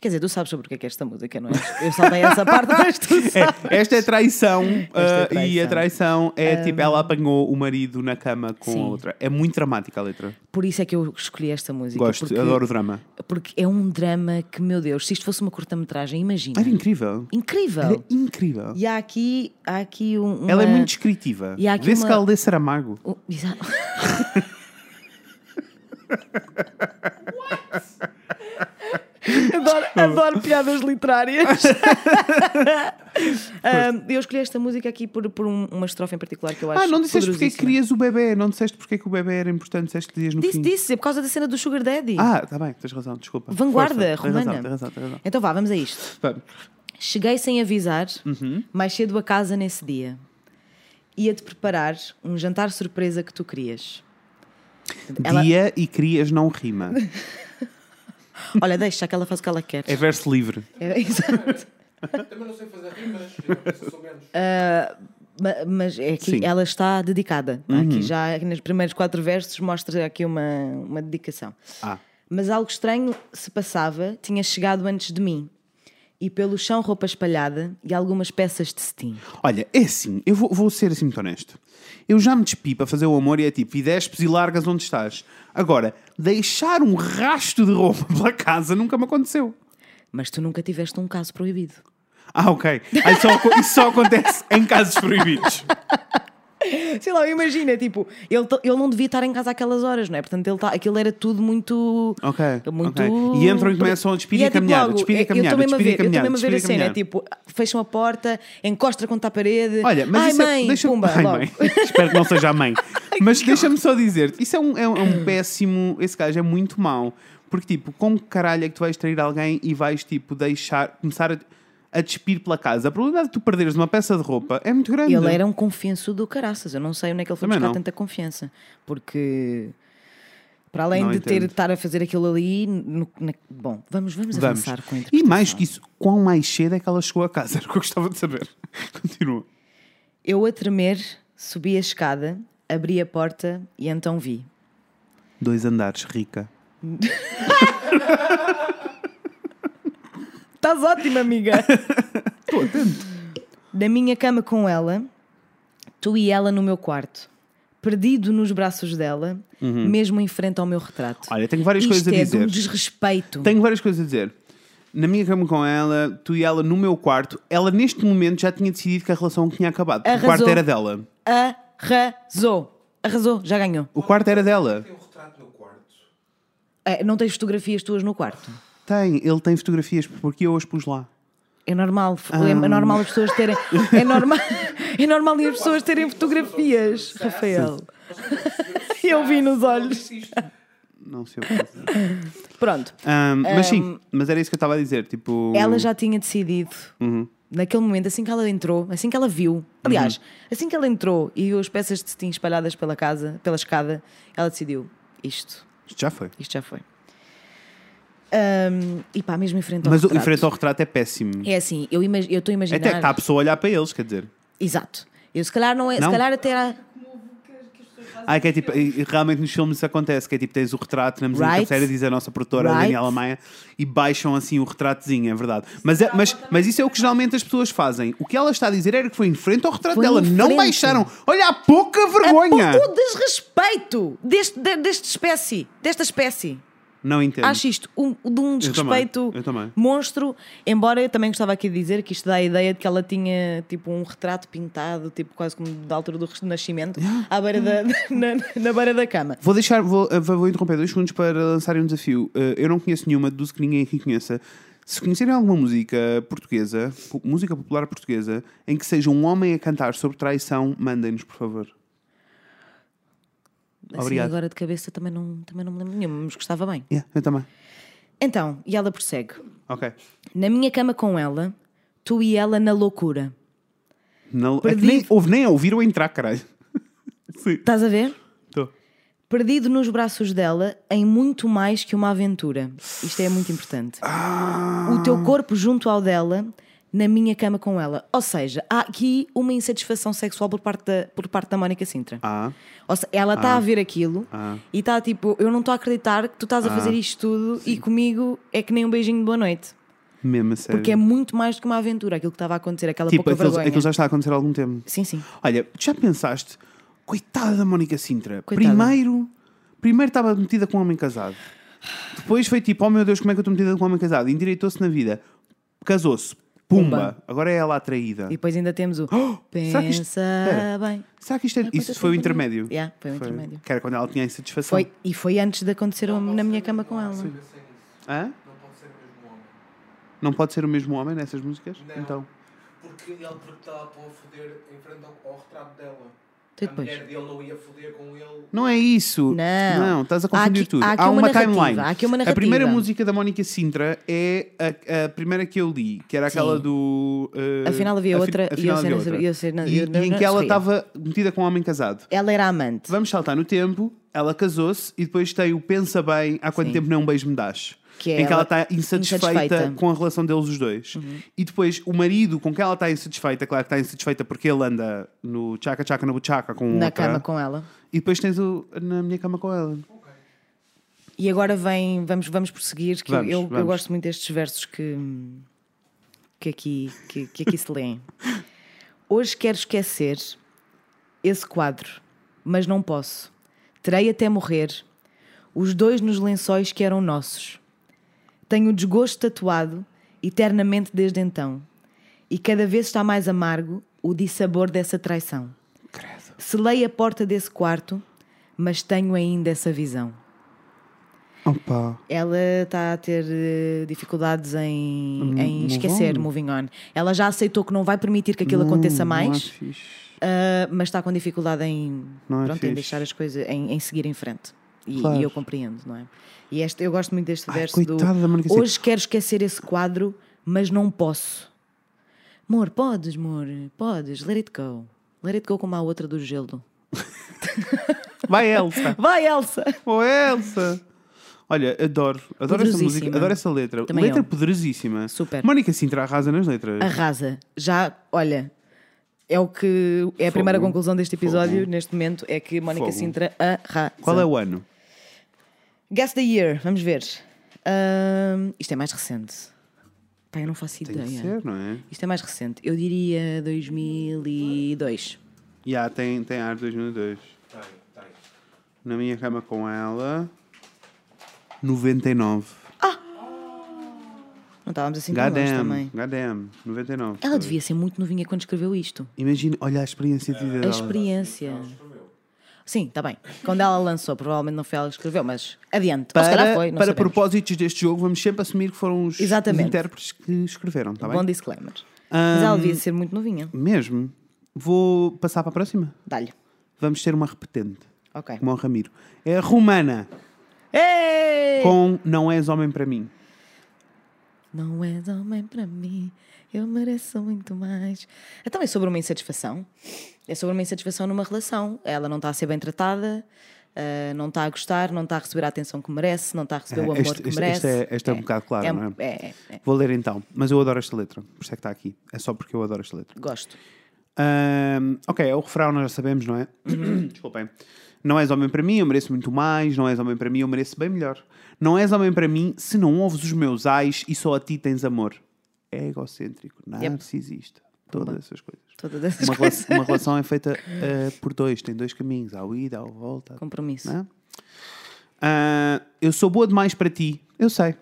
Speaker 2: Quer dizer, tu sabes sobre o que é que é esta música, não é? Eu saltei essa parte, mas tu sabes.
Speaker 1: É, esta é traição, ah, e a
Speaker 2: traição.
Speaker 1: traição é tipo, ela apanhou o marido na cama com
Speaker 2: Sim.
Speaker 1: a outra. É muito dramática a letra.
Speaker 2: Por isso é que eu escolhi esta música.
Speaker 1: Gosto,
Speaker 2: porque,
Speaker 1: adoro o drama.
Speaker 2: Porque é um drama que, meu Deus, se isto fosse uma curta-metragem, imagina.
Speaker 1: Era incrível. Era
Speaker 2: é Incrível!
Speaker 1: incrível.
Speaker 2: E há aqui, há aqui um. uma-
Speaker 1: Ela é muito descritiva.
Speaker 2: E há aqui
Speaker 1: Vê-se
Speaker 2: uma-
Speaker 1: que ela lê Saramago.
Speaker 2: um- exa- adoro,
Speaker 1: Oh.
Speaker 2: adoro piadas literárias. Ahm, eu escolhi esta música aqui por, por um- uma estrofe em particular que eu acho
Speaker 1: Ah, não disseste porque é que
Speaker 2: poderosíssima.
Speaker 1: querias o bebê, não disseste porque é que o bebê era importante, disseste que dias no
Speaker 2: Disse,
Speaker 1: fim.
Speaker 2: disse, é por causa da cena do Sugar Daddy.
Speaker 1: Ah, está bem, tens razão, desculpa.
Speaker 2: Vanguarda
Speaker 1: Força,
Speaker 2: romana.
Speaker 1: Tens razão, tens razão, tens razão.
Speaker 2: Então vá, vamos a isto.
Speaker 1: Vamos.
Speaker 2: Cheguei sem avisar, mais cedo a casa nesse dia. Ia-te preparar um jantar surpresa que tu querias. Ela-
Speaker 1: Dia e crias não rima.
Speaker 2: Olha, deixa que ela faz o que ela quer.
Speaker 1: É verso livre.
Speaker 2: É, exato.
Speaker 4: Também não sei fazer rimas. Eu sou menos.
Speaker 2: É. Ma- Mas é que
Speaker 1: Sim.
Speaker 2: ela está dedicada. Há Aqui já aqui nos primeiros quatro versos mostra aqui uma, uma dedicação.
Speaker 1: Ah,
Speaker 2: Mas algo estranho se passava, tinha chegado antes de mim. E pelo chão roupa espalhada e algumas peças de cetim.
Speaker 1: olha, é assim, eu vou, vou ser assim muito honesto. Eu já me despi para fazer o amor e é tipo, e despes e largas onde estás. Agora, deixar um rasto de roupa pela casa nunca me aconteceu.
Speaker 2: Mas tu nunca tiveste um caso proibido.
Speaker 1: Ah, ok. Aí só, aco- isso só acontece em casos proibidos.
Speaker 2: Sei lá, imagina, tipo, ele, t- ele não devia estar em casa àquelas horas, não é? Portanto, ele tá, aquilo era tudo muito.
Speaker 1: Ok,
Speaker 2: muito é
Speaker 1: ok. E entram e começam a despir e a caminhada, despir e a caminhada,
Speaker 2: tipo Eu estou
Speaker 1: despir e
Speaker 2: mesmo
Speaker 1: a
Speaker 2: a ver, eu estou
Speaker 1: caminhada,
Speaker 2: mesmo a ver a
Speaker 1: despir e a
Speaker 2: cena, tipo, fecham a porta, encosta contra a parede.
Speaker 1: Olha, mas
Speaker 2: Ai,
Speaker 1: isso é-
Speaker 2: mãe,
Speaker 1: deixa-
Speaker 2: pumba,
Speaker 1: Ai,
Speaker 2: logo.
Speaker 1: mãe. Espero que não seja a mãe. Mas deixa-me só dizer-te, isso é um, é um- é um péssimo. Esse gajo é muito mau. Porque, tipo, como caralho é que tu vais trair alguém e vais, tipo, deixar. começar a, a despir pela casa? A probabilidade de tu perderes uma peça de roupa é muito grande.
Speaker 2: Ele era um confianço do caraças. Eu não sei onde é que ele foi
Speaker 1: Também
Speaker 2: buscar
Speaker 1: não.
Speaker 2: tanta confiança. Porque. Para além
Speaker 1: Não
Speaker 2: de ter
Speaker 1: entendo.
Speaker 2: de estar a fazer aquilo ali, no- na- bom, vamos, vamos,
Speaker 1: Vamos.
Speaker 2: avançar com a
Speaker 1: E
Speaker 2: interpretação.
Speaker 1: mais que isso, quão mais cedo é que ela chegou a casa? Era o que eu gostava de saber. Continua.
Speaker 2: Eu a tremer, subi a escada, abri a porta e então vi.
Speaker 1: Dois andares, rica.
Speaker 2: Estás ótima, amiga. Estou atento. Na minha cama com ela, tu e ela no meu quarto, perdido nos braços dela, mesmo em frente ao meu retrato.
Speaker 1: Uhum. Olha, tenho várias
Speaker 2: Isto
Speaker 1: coisas a
Speaker 2: é de
Speaker 1: dizer.
Speaker 2: um desrespeito.
Speaker 1: Tenho várias coisas a dizer. na minha cama com ela, tu e ela no meu quarto. Ela neste momento já tinha decidido que a relação tinha acabado. porque O
Speaker 2: Arrasou.
Speaker 1: quarto era dela.
Speaker 2: Arrasou. Arrasou, já ganhou.
Speaker 1: O quarto era dela.
Speaker 4: Tem um retrato no quarto.
Speaker 2: É, não tens fotografias tuas no quarto.
Speaker 1: Tem, ele tem fotografias porque eu as pus lá.
Speaker 2: É normal, é
Speaker 1: Ah.
Speaker 2: normal as pessoas terem. É normal, é normal as pessoas terem fotografias, Rafael. Eu vi nos olhos.
Speaker 1: Não sei o que fazer.
Speaker 2: Pronto.
Speaker 1: Ahm, mas sim, mas era isso que eu estava a dizer. Tipo,
Speaker 2: Ela já tinha decidido,
Speaker 1: Uhum.
Speaker 2: naquele momento, assim que ela entrou, assim que ela viu, aliás, assim que ela entrou e viu as peças de cetim espalhadas pela casa, pela escada, ela decidiu: isto,
Speaker 1: Isto já foi.
Speaker 2: isto já foi. Ahm, e pá, mesmo em frente ao
Speaker 1: Mas o
Speaker 2: retrato.
Speaker 1: enfrentar ao retrato é péssimo.
Speaker 2: É assim, eu imag- eu estou a imaginar.
Speaker 1: Até que está a pessoa a olhar para eles, quer dizer.
Speaker 2: Exato. Eu se calhar não é.
Speaker 1: Não?
Speaker 2: Se calhar até era.
Speaker 5: Como que, que as pessoas fazem.
Speaker 1: Ah, que é tipo, e- e realmente nos filmes isso acontece, que é tipo, tens o retrato na mesinha
Speaker 2: Right.
Speaker 1: de cabeceira, diz a nossa produtora
Speaker 2: Right.
Speaker 1: Daniela Maia, e baixam assim o retratozinho, é verdade. Mas, é- mas, mas isso é o que geralmente as pessoas fazem. O que ela está a dizer era que foi em frente ao retrato
Speaker 2: Foi
Speaker 1: dela,
Speaker 2: em
Speaker 1: não
Speaker 2: frente.
Speaker 1: baixaram. Olha, há pouca vergonha!
Speaker 2: Pouco É desrespeito deste, de- deste espécie, desta espécie.
Speaker 1: Não entendo.
Speaker 2: Acho isto um, de um desrespeito
Speaker 1: também, eu também.
Speaker 2: monstro. Embora eu também gostava aqui de dizer que isto dá a ideia de que ela tinha tipo um retrato pintado, tipo quase como da altura do Renascimento, à beira
Speaker 1: Hum.
Speaker 2: da, na, na beira da cama.
Speaker 1: Vou deixar, vou, eh, vou interromper dois segundos para lançarem um desafio. Eh, eu não conheço nenhuma, deduzo que ninguém aqui conheça. Se conhecerem alguma música portuguesa, po- música popular portuguesa, em que seja um homem a cantar sobre traição, mandem-nos, por favor.
Speaker 2: Assim,
Speaker 1: Obrigado.
Speaker 2: agora de cabeça também não, também não me lembro nenhuma, mas gostava bem.
Speaker 1: Yeah, eu também.
Speaker 2: Então, e ela prossegue.
Speaker 1: Ok.
Speaker 2: Na minha cama com ela, tu e ela na loucura.
Speaker 1: Não, é que
Speaker 2: Perdi-
Speaker 1: nem, ouve, nem a ouvir ou entrar, caralho. Sim.
Speaker 2: Estás a ver?
Speaker 1: Tô.
Speaker 2: Perdido nos braços dela em muito mais que uma aventura. Isto é muito importante.
Speaker 1: Ah.
Speaker 2: O teu corpo junto ao dela, na minha cama com ela. Ou seja, há aqui uma insatisfação sexual por parte da, por parte da Mónica Sintra.
Speaker 1: Ah,
Speaker 2: Ou seja, ela está a ver aquilo
Speaker 1: Ah.
Speaker 2: e está tipo: Eu não estou a acreditar que tu estás a fazer isto tudo e comigo é que nem um beijinho de boa noite.
Speaker 1: mesmo a sério.
Speaker 2: Porque é muito mais do que uma aventura aquilo que estava a acontecer, aquela
Speaker 1: tipo,
Speaker 2: pouca
Speaker 1: aquilo,
Speaker 2: vergonha.
Speaker 1: aquilo já está a acontecer há algum tempo.
Speaker 2: Sim, sim.
Speaker 1: Olha, tu já pensaste, coitada da Mónica Sintra,
Speaker 2: Coitada.
Speaker 1: primeiro primeiro estava metida com um homem casado. Depois foi tipo, oh meu Deus, como é que eu estou metida com um homem casado? Endireitou-se na vida, casou-se, pumba,
Speaker 2: Pumba.
Speaker 1: agora é ela a traída.
Speaker 2: E depois ainda temos o
Speaker 1: será que isto-
Speaker 2: Pensa
Speaker 1: Espera.
Speaker 2: bem.
Speaker 1: Será que isto é,
Speaker 2: quanto
Speaker 1: isso
Speaker 2: tempo
Speaker 1: foi o
Speaker 2: é?
Speaker 1: intermédio?
Speaker 2: Yeah, foi o intermédio.
Speaker 1: Que era quando ela tinha a insatisfação.
Speaker 2: Foi, e foi antes de acontecer o- na minha cama com ela.
Speaker 4: Pensei nisso.
Speaker 1: Hã?
Speaker 4: Não pode ser o mesmo homem.
Speaker 1: Não pode ser o mesmo homem nessas músicas?
Speaker 4: Não.
Speaker 1: Então.
Speaker 4: Porque ele estava a foder em frente ao, ao retrato dela.
Speaker 2: Tu
Speaker 4: a
Speaker 2: depois.
Speaker 4: mulher dele não ia foder com ele.
Speaker 1: Então, Não é isso.
Speaker 2: Não.
Speaker 1: estás a
Speaker 2: Há aqui-
Speaker 1: confundir tudo.
Speaker 2: há aqui uma narrativa, há aqui uma
Speaker 1: A primeira
Speaker 2: narrativa.
Speaker 1: música da Mónica Sintra é a, a primeira que eu li, que era aquela
Speaker 2: Sim.
Speaker 1: do. eh,
Speaker 2: Afinal havia
Speaker 1: afi-
Speaker 2: outra, e
Speaker 1: afinal
Speaker 2: eu sei
Speaker 1: havia
Speaker 2: não-
Speaker 1: outra.
Speaker 2: eu sei não-
Speaker 1: E-
Speaker 2: eu não-
Speaker 1: e em
Speaker 2: não
Speaker 1: que ela
Speaker 2: sorria.
Speaker 1: estava metida com um homem casado.
Speaker 2: Ela era amante.
Speaker 1: Vamos saltar no tempo, ela casou-se e depois tem o Pensa Bem há quanto
Speaker 2: Sim.
Speaker 1: tempo não um beijo me das.
Speaker 2: Que é
Speaker 1: em que ela
Speaker 2: ela
Speaker 1: está insatisfeita,
Speaker 2: insatisfeita. Uhum.
Speaker 1: com a relação deles os dois. E depois o marido com quem ela está insatisfeita, claro que está insatisfeita porque ele anda no tchaca-tchaca na buchaca com
Speaker 2: na
Speaker 1: outra.
Speaker 2: cama com ela.
Speaker 1: E depois tens o na minha cama com ela.
Speaker 2: E agora vem, vamos, vamos prosseguir, que eu-
Speaker 1: Vamos,
Speaker 2: eu, eu
Speaker 1: vamos.
Speaker 2: gosto muito destes versos que, que, aqui, que, que aqui se leem. Hoje quero esquecer esse quadro, mas não posso. Terei até morrer os dois nos lençóis que eram nossos. Tenho o desgosto tatuado eternamente desde então, e cada vez está mais amargo o dissabor dessa traição. Selei a porta desse quarto, mas tenho ainda essa visão.
Speaker 1: Opa.
Speaker 2: Ela está a ter eh, dificuldades em, em
Speaker 1: move
Speaker 2: esquecer
Speaker 1: on. Hum,
Speaker 2: moving on. Ela já aceitou que não vai permitir que aquilo aconteça mais, ah, mas está com dificuldade em,
Speaker 1: Não é
Speaker 2: pronto,
Speaker 1: fixe.
Speaker 2: em deixar as coisas, em, em seguir em frente. E,
Speaker 1: Claro.
Speaker 2: e eu compreendo, não é? E este, eu gosto muito deste
Speaker 1: Ai,
Speaker 2: verso
Speaker 1: coitada da é Mónica
Speaker 2: do Hoje quero esquecer esse quadro, mas não posso. Amor, podes, amor, podes, let it go. Let it go como a outra do gelo.
Speaker 1: Vai, Elsa.
Speaker 2: Vai, Elsa!
Speaker 1: Ô, Elsa. Olha, adoro. Adoro essa música,
Speaker 2: Poderosíssima.
Speaker 1: adoro essa letra.
Speaker 2: Também
Speaker 1: letra
Speaker 2: eu.
Speaker 1: poderosíssima.
Speaker 2: Super.
Speaker 1: Mónica Sintra arrasa nas letras.
Speaker 2: Arrasa. Já, olha, é o que é a primeira conclusão deste episódio
Speaker 1: Fogo.
Speaker 2: neste momento é que Mónica
Speaker 1: Fogo.
Speaker 2: Sintra arrasa.
Speaker 1: Qual é o ano?
Speaker 2: Guess the year, vamos ver. Ahm, isto é mais recente. Pá, eu não faço
Speaker 1: Tem que
Speaker 2: ideia.
Speaker 1: ser, não é?
Speaker 2: Isto é mais recente. Eu diria 2002.
Speaker 1: Já, tem, tem ar 2002.
Speaker 4: Tem, tem.
Speaker 1: Na minha cama com ela. 99.
Speaker 2: Não estávamos assim tão longe
Speaker 1: Goddamn,
Speaker 2: também.
Speaker 1: goddamn, 99.
Speaker 2: Ela devia ser muito novinha quando escreveu isto.
Speaker 1: Imagina, olha a experiência de vida
Speaker 2: A
Speaker 1: dela.
Speaker 2: experiência. Sim, está bem. Quando ela lançou, provavelmente não foi ela que escreveu, mas adiante. Ou se
Speaker 1: Para,
Speaker 2: calhar foi, não
Speaker 1: para
Speaker 2: sabemos.
Speaker 1: propósitos deste jogo, vamos sempre assumir que foram os, os
Speaker 2: Exatamente.
Speaker 1: intérpretes que escreveram, está Tá bem? Hum.
Speaker 2: Bom disclaimer. Mas ela devia ser muito novinha.
Speaker 1: Mesmo. Vou passar para a próxima.
Speaker 2: Dá-lhe.
Speaker 1: Vamos ter uma repetente,
Speaker 2: Ok.
Speaker 1: como o Ramiro. É a Romana,
Speaker 2: Ei!
Speaker 1: com Não És Homem para Mim.
Speaker 2: Não és homem para mim, eu mereço muito mais. É também sobre uma insatisfação. É sobre uma insatisfação numa relação. Ela não está a ser bem tratada, ah, não está a gostar, não está a receber a atenção que merece, não está a receber o
Speaker 1: É,
Speaker 2: amor
Speaker 1: este-
Speaker 2: que
Speaker 1: este- este
Speaker 2: merece.
Speaker 1: é- este é um bocado claro, não é?
Speaker 2: É, é.
Speaker 1: Vou ler então, mas eu adoro esta letra, por isso é que está aqui. É só porque eu adoro esta letra.
Speaker 2: Gosto.
Speaker 1: Ahm, ok, é o refrão nós já sabemos, não é? Desculpem. Não és homem para mim, eu mereço muito mais. Não és homem para mim, eu mereço bem melhor. Não és homem para mim se não ouves os meus ais e só a ti tens amor. É egocêntrico, narcisista, todas essas coisas.
Speaker 2: Todas essas
Speaker 1: Uma, rela-
Speaker 2: coisas.
Speaker 1: uma relação é feita ah, por dois, tem dois caminhos, ao ida, ao volta.
Speaker 2: Compromisso.
Speaker 1: não é? Ah, eu sou boa demais para ti, eu sei.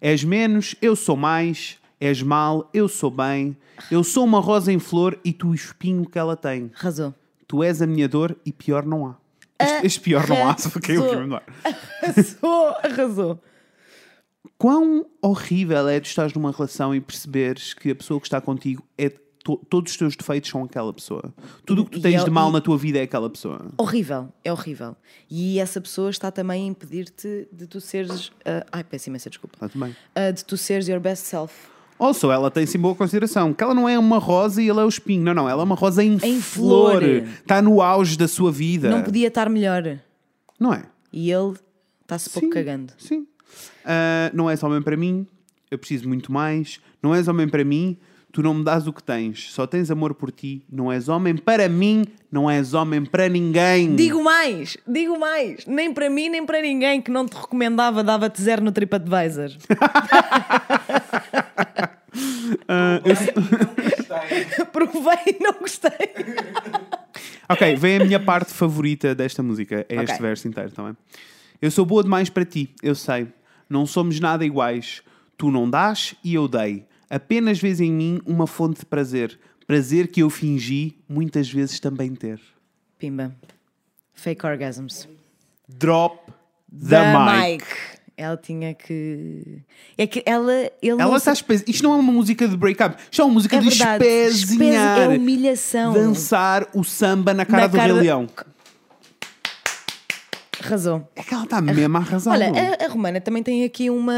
Speaker 1: És menos, eu sou mais. És mal, eu sou bem. Eu sou uma rosa em flor e tu o espinho que ela tem.
Speaker 2: Arrasou.
Speaker 1: Tu és a minha dor e pior não há. Este, este pior não é? há, só fiquei o
Speaker 2: Arrasou.
Speaker 1: filme
Speaker 2: Arrasou, arrasou.
Speaker 1: Quão horrível é tu estás numa relação e perceberes que a pessoa que está contigo é. to- todos os teus defeitos são aquela pessoa. Tudo o que tu
Speaker 2: E
Speaker 1: tens
Speaker 2: eu-
Speaker 1: de mal
Speaker 2: e-
Speaker 1: na tua vida é aquela pessoa.
Speaker 2: Horrível, é horrível. E essa pessoa está também a impedir-te de tu seres. ah, ai, peço imensa desculpa.
Speaker 1: Está tudo bem.
Speaker 2: Ah, de tu seres your best self.
Speaker 1: Ou só ela tem sim boa consideração, que ela não é uma rosa e ele é o espinho. Não, não, ela é uma rosa em,
Speaker 2: Em
Speaker 1: flor.
Speaker 2: flor.
Speaker 1: Está no auge da sua vida.
Speaker 2: Não podia estar melhor.
Speaker 1: Não é?
Speaker 2: E ele está-se pouco cagando.
Speaker 1: Sim. Ah, não és homem para mim, eu preciso muito mais. Não és homem para mim, tu não me dás o que tens. Só tens amor por ti. Não és homem para mim, não és homem para ninguém.
Speaker 2: Digo mais, digo mais. Nem para mim, nem para ninguém que não te recomendava, dava-te zero no TripAdvisor.
Speaker 4: um
Speaker 2: Provei e não gostei.
Speaker 1: Ok, vem a minha parte favorita desta música. É este
Speaker 2: Ok.
Speaker 1: verso inteiro também. Eu sou boa demais para ti, eu sei. Não somos nada iguais. Tu não dás e eu dei. Apenas vês em mim uma fonte de prazer. Prazer que eu fingi muitas vezes também ter.
Speaker 2: Pimba. Fake orgasms.
Speaker 1: Drop the, mic.
Speaker 2: Ela tinha que. É que ela. Ele
Speaker 1: Ela
Speaker 2: não
Speaker 1: está espez... Isto não é uma música de break-up. Isto é uma música
Speaker 2: É
Speaker 1: de
Speaker 2: verdade.
Speaker 1: espezinhar.
Speaker 2: Espez- É humilhação.
Speaker 1: Dançar o samba na cara
Speaker 2: Na
Speaker 1: do
Speaker 2: cara
Speaker 1: Rei
Speaker 2: da-
Speaker 1: Leão.
Speaker 2: Razão.
Speaker 1: É que ela está mesmo a arrasar.
Speaker 2: Olha, é-
Speaker 1: não?
Speaker 2: a, a Romana também tem aqui uma,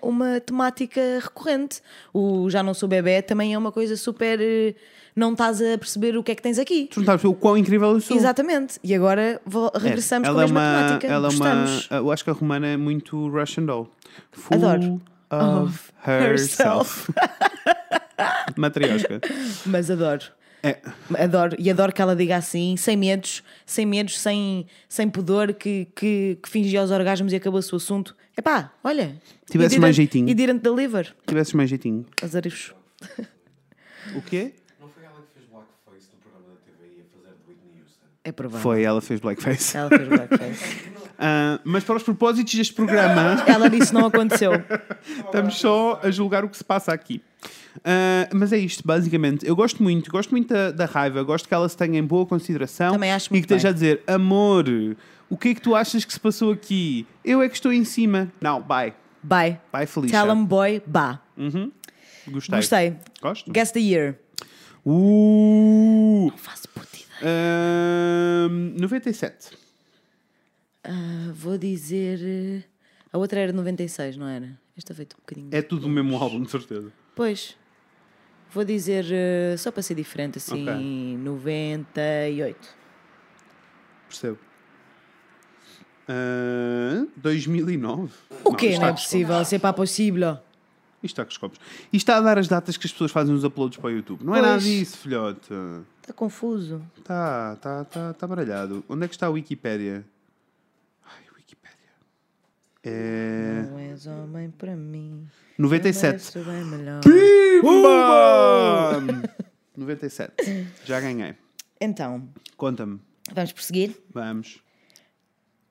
Speaker 2: uma temática recorrente. O Já Não Sou Bebé também é uma coisa super. eh, Não estás a perceber o que é que tens aqui.
Speaker 1: Tu não estás a perceber o quão incrível eu sou.
Speaker 2: Exatamente. E agora vo- regressamos com a
Speaker 1: é
Speaker 2: mesma
Speaker 1: uma-
Speaker 2: temática.
Speaker 1: Ela é uma,
Speaker 2: Gostamos.
Speaker 1: eu acho que a romana é muito Russian doll. Full
Speaker 2: Adoro.
Speaker 1: of herself.
Speaker 2: herself.
Speaker 1: Matriosca.
Speaker 2: Mas adoro.
Speaker 1: É.
Speaker 2: Adoro. E adoro que ela diga assim, sem medos, sem medos, sem, sem pudor, que, que, que fingia os orgasmos e acabou-se o assunto. Epá, olha.
Speaker 1: Tivesse
Speaker 2: e
Speaker 1: mais
Speaker 2: didn't-
Speaker 1: jeitinho.
Speaker 2: E didn't deliver.
Speaker 1: Tivesses mais jeitinho.
Speaker 2: Azarifos.
Speaker 1: O quê?
Speaker 4: Não foi ela que fez blackface no programa da TVI a fazer de Whitney Houston?
Speaker 2: É provável.
Speaker 1: Foi, ela fez blackface.
Speaker 2: Ela fez blackface.
Speaker 1: Ah, mas para os propósitos deste programa,
Speaker 2: ela disse não aconteceu.
Speaker 1: estamos só a julgar o que se passa aqui. Ah, mas é isto, basicamente. Eu gosto muito, gosto muito da, da raiva, gosto que ela se tenha em boa consideração
Speaker 2: Também acho
Speaker 1: e
Speaker 2: muito
Speaker 1: que esteja
Speaker 2: bem.
Speaker 1: a dizer: amor, o que é que tu achas que se passou aqui? Eu é que estou em cima. Não, bye.
Speaker 2: Bye.
Speaker 1: Bye, Felicia.
Speaker 2: Tell 'em boy, bah.
Speaker 1: Gostei.
Speaker 2: Gostei.
Speaker 1: Gosto.
Speaker 2: Guess the year.
Speaker 1: Uh,
Speaker 2: Faço puta ideia.
Speaker 1: ahm, 97.
Speaker 2: Ah, Vou dizer. eh, A outra era de 96, não era? Esta feito um bocadinho.
Speaker 1: É tudo o mesmo álbum, de certeza.
Speaker 2: Pois. Vou dizer, eh, só para ser diferente, assim,
Speaker 1: Ok.
Speaker 2: 98.
Speaker 1: Percebo. Ah, 2009.
Speaker 2: O
Speaker 1: Não,
Speaker 2: quê?
Speaker 1: isto
Speaker 2: não
Speaker 1: há
Speaker 2: é
Speaker 1: que se
Speaker 2: possível, se é para possível.
Speaker 1: cobres. Isto está que os copos. Isto está a dar as datas que as pessoas fazem os uploads para o YouTube. Não é
Speaker 2: Pois.
Speaker 1: nada disso, filhote.
Speaker 2: Está confuso.
Speaker 1: Tá, tá, tá, tá baralhado. Onde é que está a Wikipédia? Ai, Wikipédia. É.
Speaker 2: Não és homem para mim.
Speaker 1: 97.
Speaker 2: Mereço bem melhor.
Speaker 1: Pimba! 97. Já ganhei.
Speaker 2: Então,
Speaker 1: Conta-me.
Speaker 2: vamos prosseguir.
Speaker 1: Vamos.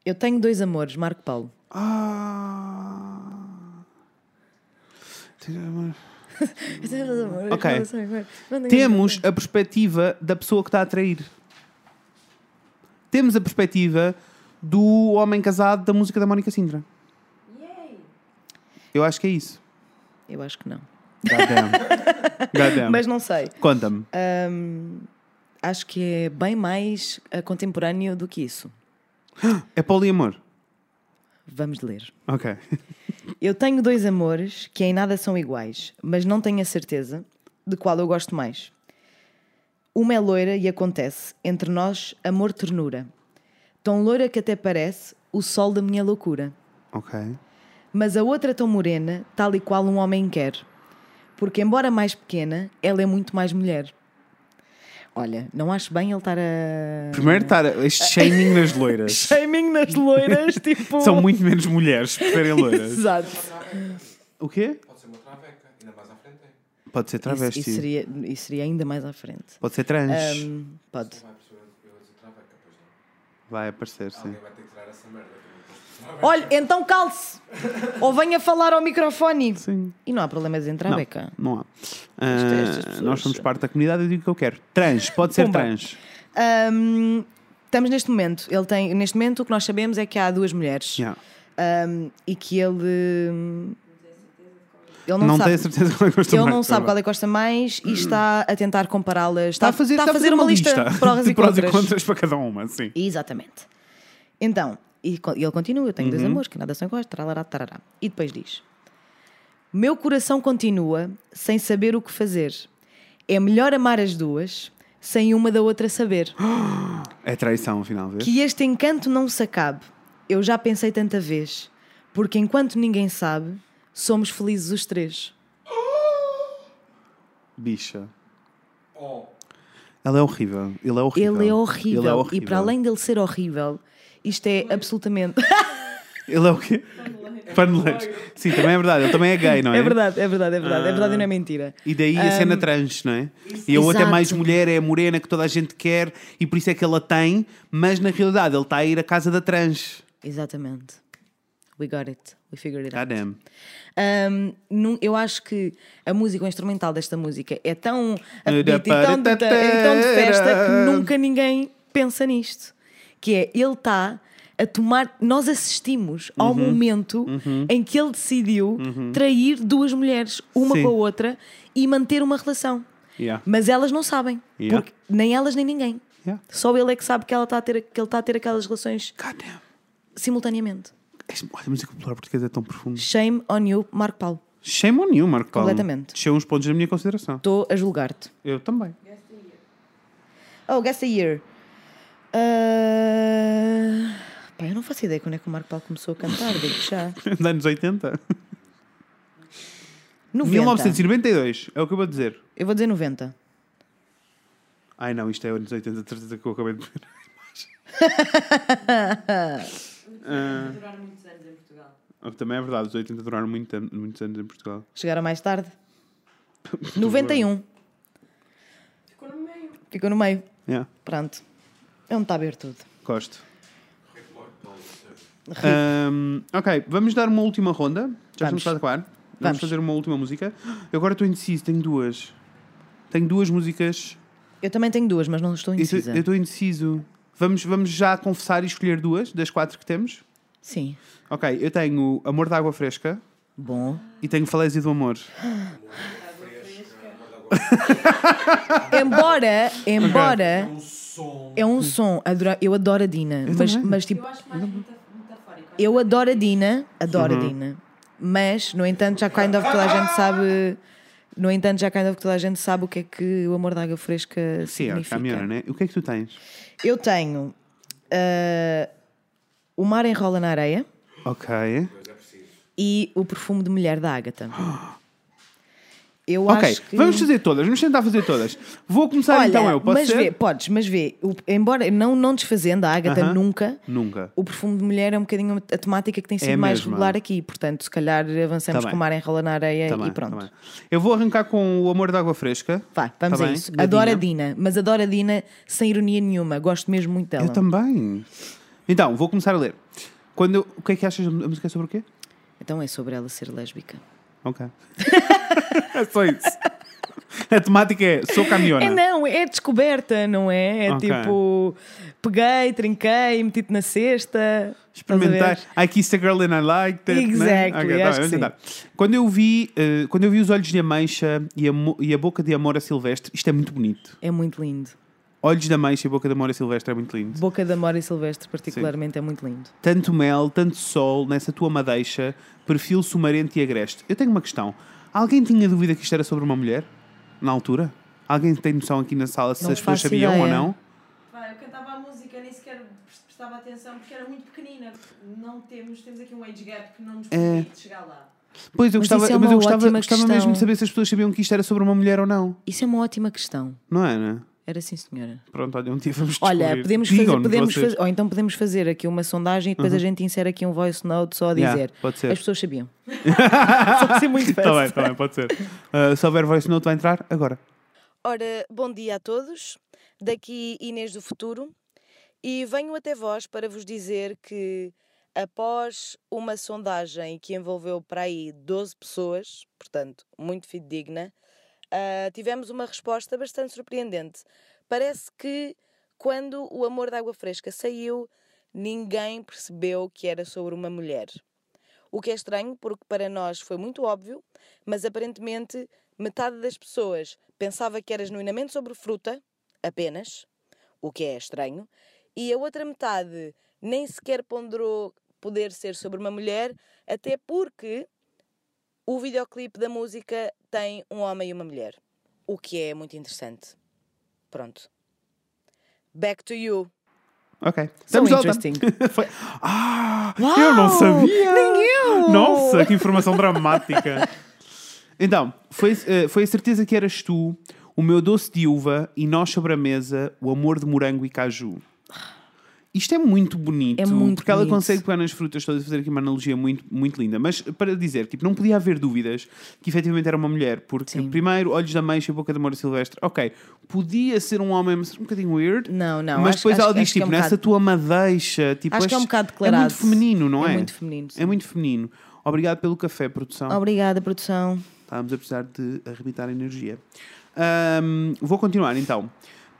Speaker 2: Eu Ah. tenho dois amores, Marco Paulo.
Speaker 1: Ah. Ok. Temos a perspectiva da pessoa que está a trair. Temos a perspectiva do homem casado da música da Mónica Sintra. Eu acho que é isso.
Speaker 2: Eu acho que não.
Speaker 1: Goddamn. Goddamn.
Speaker 2: Mas não Ah. sei.
Speaker 1: Conta-me.
Speaker 2: Acho que é bem mais ah, contemporâneo do que isso.
Speaker 1: É poliamor.
Speaker 2: Vamos ler.
Speaker 1: Ok.
Speaker 2: Eu tenho dois amores que em nada são iguais, mas não tenho a certeza de qual eu gosto mais. Uma é loira e acontece, entre nós, amor-ternura. Tão loira que até parece o sol da minha loucura.
Speaker 1: Ok.
Speaker 2: Mas a outra tão morena, tal e qual um homem quer. Porque, embora mais pequena, ela é muito mais mulher. Olha, não acho bem ele estar a.
Speaker 1: Primeiro estar este shaming nas loiras.
Speaker 2: Shaming nas loiras, tipo.
Speaker 1: São muito menos mulheres por serem loiras.
Speaker 2: Exato.
Speaker 1: o quê?
Speaker 4: Pode ser uma traveca, ainda mais à frente. é.
Speaker 1: Pode ser
Speaker 2: Isso,
Speaker 1: travesti.
Speaker 2: isso seria, isso seria ainda mais à frente.
Speaker 1: Pode ser trans.
Speaker 2: Hum, Pode.
Speaker 4: Vai perceber que eu vou dizer traveca, pois não.
Speaker 1: Vai aparecer, sim.
Speaker 4: Alguém vai ter que tirar essa merda. que eu não posso dizer traveca.
Speaker 2: Olha, então calce! Ou venha falar ao microfone.
Speaker 1: Sim.
Speaker 2: E não há problema de entrar,
Speaker 1: Não,
Speaker 2: Beca.
Speaker 1: não há.
Speaker 2: é
Speaker 1: Ah,
Speaker 2: estas pessoas.
Speaker 1: nós somos parte da comunidade, eu digo o que eu quero. Trans, pode ser
Speaker 2: Pumba.
Speaker 1: trans.
Speaker 2: Hum, estamos neste momento. Ele tem, neste momento o que nós sabemos é que há duas mulheres.
Speaker 1: Yeah.
Speaker 2: Hum, e que ele. hum, Ele
Speaker 1: Não,
Speaker 2: sabe.
Speaker 1: tenho a certeza qual é que eu estou
Speaker 2: Ele
Speaker 1: mais,
Speaker 2: não
Speaker 1: tá
Speaker 2: sabe
Speaker 1: bem.
Speaker 2: qual é que gosta mais e está a tentar compará-las.
Speaker 1: Está a fazer, está a fazer uma, lista
Speaker 2: de prós
Speaker 1: de
Speaker 2: e
Speaker 1: prós e
Speaker 2: contras.
Speaker 1: contras para cada uma, sim.
Speaker 2: Exatamente. Então, e co- e ele continua: Eu tenho
Speaker 1: Uhum.
Speaker 2: dois amores que nada são iguais, tarará, tarará. E depois diz: Meu coração continua sem saber o que fazer. É melhor amar as duas sem uma da outra saber.
Speaker 1: É traição, afinal, vês?
Speaker 2: Que este encanto não se acabe. Eu já pensei tanta vez, porque enquanto ninguém sabe, somos felizes os três.
Speaker 1: Bicha.
Speaker 4: Oh,
Speaker 1: Ela é horrível. Ele é horrível.
Speaker 2: Ele é, horrível.
Speaker 1: Ele é horrível.
Speaker 2: E para além dele ser horrível, isto é absolutamente.
Speaker 1: Ele é o quê? Paneleiro. Sim, também é verdade. Ele também é gay, não é?
Speaker 2: é verdade, é verdade, é verdade,
Speaker 1: Ah.
Speaker 2: é verdade e não é mentira.
Speaker 1: E daí a cena trans, não é? E a outra é
Speaker 2: Exato.
Speaker 1: mais mulher, é a morena que toda a gente quer e por isso é que ela tem, mas na realidade ele está a ir à casa da trans.
Speaker 2: Exatamente. We got it. We figured it out.
Speaker 1: Caramba.
Speaker 2: Um, num- eu acho que a música, o instrumental desta música é tão upbeat e tão de, é tão de festa que nunca ninguém pensa nisto. Que é, ele está a tomar. Nós assistimos ao momento em que ele decidiu trair duas mulheres, uma
Speaker 1: Sim.
Speaker 2: com a outra, e manter uma relação.
Speaker 1: Yeah.
Speaker 2: Mas elas não sabem.
Speaker 1: Yeah.
Speaker 2: Porque nem elas nem ninguém.
Speaker 1: Yeah.
Speaker 2: Só ele é que sabe que, ela tá a ter, que ele está a ter aquelas relações
Speaker 1: Caramba.
Speaker 2: simultaneamente.
Speaker 1: Olha, a música popular portuguesa é tão profunda.
Speaker 2: Shame on you, Marco Paulo.
Speaker 1: Shame on you, Marco Paulo.
Speaker 2: Completamente.
Speaker 1: Desceu uns pontos da minha consideração.
Speaker 2: Estou a julgar-te.
Speaker 1: Eu também.
Speaker 2: Oh, guess the year. Uh... Pá, eu não faço ideia quando é que o Marco Paulo começou a cantar, digo já.
Speaker 1: Nos anos 80.
Speaker 2: 90.
Speaker 1: 1992, é o que eu vou dizer.
Speaker 2: Eu vou dizer 90.
Speaker 1: Ai não, isto é anos 80, de certeza que eu acabei de ver.
Speaker 5: Durar muitos anos em Portugal.
Speaker 1: Ah, Também é verdade, os 80 duraram muito tempo- muitos anos em Portugal.
Speaker 2: Chegaram mais tarde. 91.
Speaker 5: Ficou no meio.
Speaker 2: Ficou no meio.
Speaker 1: Yeah,
Speaker 2: Pronto. É onde está a ver tudo.
Speaker 1: gosto.
Speaker 2: Rico.
Speaker 1: Ahm, ok, vamos dar uma última ronda. Já
Speaker 2: Vamos.
Speaker 1: estamos quase a acabar. Vamos,
Speaker 2: Vamos.
Speaker 1: fazer uma última música. Eu agora estou indeciso, tenho duas. Tenho duas músicas.
Speaker 2: Eu também tenho duas, mas não estou
Speaker 1: Eu estou-
Speaker 2: indecisa.
Speaker 1: é- eu estou indeciso. Vamos, vamos já confessar e escolher duas das quatro que temos.
Speaker 2: Sim.
Speaker 1: Ok, eu tenho Amor da Água Fresca
Speaker 2: Bom.
Speaker 1: e tenho Falésia do Amor.
Speaker 2: Embora, embora,
Speaker 4: um som.
Speaker 2: é um som. adora- Eu adoro a Dina. Mas,
Speaker 1: também.
Speaker 2: mas tipo,
Speaker 5: Eu acho mais meta- metafórico.
Speaker 2: Eu adoro a Dina, adoro
Speaker 1: Uhum.
Speaker 2: a Dina, mas no entanto já kind of toda a gente sabe. No entanto, já kind of toda a gente sabe o que é que o amor da água fresca
Speaker 1: Sim, é a
Speaker 2: significa.
Speaker 1: caminhona, né? O que é que tu tens?
Speaker 2: Eu tenho ah, O Mar Enrola na Areia
Speaker 1: Ok.
Speaker 2: e O Perfume de Mulher da Ágata. Eu
Speaker 1: Ok,
Speaker 2: acho que.
Speaker 1: vamos fazer todas, vamos tentar fazer todas. Vou começar
Speaker 2: Olha,
Speaker 1: então eu, posso
Speaker 2: mas
Speaker 1: ser?
Speaker 2: vê, podes, mas vê, o- embora não, não desfazendo a Ágata
Speaker 1: Aham.
Speaker 2: nunca,
Speaker 1: Nunca.
Speaker 2: o perfume de mulher é um bocadinho a temática que tem sido
Speaker 1: É
Speaker 2: mais
Speaker 1: mesmo.
Speaker 2: regular aqui, portanto, se calhar avançamos
Speaker 1: Tá bem.
Speaker 2: com o mar enrola na areia
Speaker 1: Tá bem,
Speaker 2: É, e pronto.
Speaker 1: tá bem. Eu vou arrancar com o Amor de Água Fresca.
Speaker 2: Vá, vamos
Speaker 1: Tá
Speaker 2: a
Speaker 1: bem?
Speaker 2: isso.
Speaker 1: Da
Speaker 2: Adoro a Dina, mas adoro a Dina sem ironia nenhuma. Gosto mesmo muito dela.
Speaker 1: Eu também. Então, vou começar a ler. Quando eu- O que é que achas? A música é sobre o quê?
Speaker 2: Então é sobre ela ser lésbica.
Speaker 1: Ok. é só isso. A temática é sou caminhona.
Speaker 2: É não, é descoberta, não é? É
Speaker 1: Ok.
Speaker 2: tipo, peguei, trinquei, meti-te na cesta. estás a ver?
Speaker 1: Experimentar. I kissed a é girl and I liked it. né?
Speaker 2: Exactly,
Speaker 1: Ok, tá,
Speaker 2: acho
Speaker 1: vamos
Speaker 2: que
Speaker 1: tentar. Quando eu vi, eh, quando eu vi os olhos de ameixa e a, mo- e a boca de Amora Silvestre, isto é muito bonito.
Speaker 2: É muito lindo.
Speaker 1: Olhos de ameixa e boca de Amora Silvestre é muito lindo.
Speaker 2: Boca da Mora e Silvestre, particularmente, é muito lindo.
Speaker 1: Tanto mel, tanto sol, nessa tua madeixa, perfil sumarento e agreste. Eu tenho uma questão. Alguém tinha dúvida que isto era sobre uma mulher? Na altura? Alguém tem noção aqui na sala se
Speaker 2: Não
Speaker 1: as pessoas
Speaker 2: faço
Speaker 1: sabiam ou
Speaker 2: ideia.
Speaker 1: não?
Speaker 5: Pá, eu cantava a música, nem sequer prestava atenção porque era muito pequenina. Não temos, temos aqui um age gap que não
Speaker 1: É.
Speaker 5: nos permite chegar lá.
Speaker 1: Pois, eu
Speaker 2: Mas
Speaker 1: gostava,
Speaker 2: isso é
Speaker 1: mas
Speaker 2: uma
Speaker 1: eu gostava,
Speaker 2: ótima
Speaker 1: gostava
Speaker 2: questão.
Speaker 1: mesmo de saber se as pessoas sabiam que isto era sobre uma mulher ou não.
Speaker 2: Isso é uma ótima questão.
Speaker 1: Não é, né?
Speaker 2: Era sim, senhora.
Speaker 1: Pronto, olha, um dia vamos descobrir.
Speaker 2: Olha, podemos fazer,
Speaker 1: Digam-nos
Speaker 2: podemos
Speaker 1: vocês. Uhum.
Speaker 2: fazer, ou então podemos fazer aqui uma sondagem e depois a gente insere aqui um voice note só a dizer.
Speaker 1: Yeah, pode ser.
Speaker 2: As pessoas sabiam. só para ser muito
Speaker 1: Tá bem,
Speaker 2: fácil.
Speaker 1: tá bem, pode ser. Uh, se houver voice note, vai entrar agora.
Speaker 6: Ora, bom dia a todos. Daqui Inês do Futuro e venho até vós para vos dizer que, após uma sondagem que envolveu para aí 12 pessoas, portanto, muito fidedigna, ah, tivemos uma resposta bastante surpreendente. Parece que, quando o Amor da Água Fresca saiu, ninguém percebeu que era sobre uma mulher. O que é estranho, porque para nós foi muito óbvio, mas aparentemente metade das pessoas pensava que era genuinamente sobre fruta, apenas, o que é estranho, e a outra metade nem sequer ponderou poder ser sobre uma mulher, até porque o videoclipe da música tem um homem e uma mulher, o que é muito interessante. Pronto. Back to you.
Speaker 1: Ok.
Speaker 2: So
Speaker 1: Estamos de volta.
Speaker 2: interesting.
Speaker 1: Foi- Ah, eu não sabia!
Speaker 2: nem eu!
Speaker 1: Nossa, que informação dramática! Então, foi, eh, foi a certeza que eras tu, o meu doce de uva e nós sobre a mesa, o amor de morango e caju. Isto é muito bonito,
Speaker 2: É muito
Speaker 1: porque ela
Speaker 2: bonito.
Speaker 1: consegue pegar nas frutas todas e fazer aqui uma analogia muito, muito linda. Mas para dizer, tipo, não podia haver dúvidas que efetivamente era uma mulher, porque primeiro, olhos da meixa e boca de amor silvestre, ok, podia ser um homem, mas um bocadinho weird.
Speaker 2: Não, não,
Speaker 1: Mas
Speaker 2: acho-
Speaker 1: depois
Speaker 2: acho-
Speaker 1: ela diz,
Speaker 2: acho que é
Speaker 1: tipo,
Speaker 2: um
Speaker 1: nessa
Speaker 2: bocado-
Speaker 1: tua madeixa, tipo,
Speaker 2: Acho que é um
Speaker 1: acho-
Speaker 2: bocado declarado.
Speaker 1: muito feminino, não é?
Speaker 2: É muito feminino, sim.
Speaker 1: É muito feminino. Obrigado pelo café, produção.
Speaker 2: Obrigada, produção.
Speaker 1: Estávamos a precisar de arrebitar energia. Ahm, vou continuar então.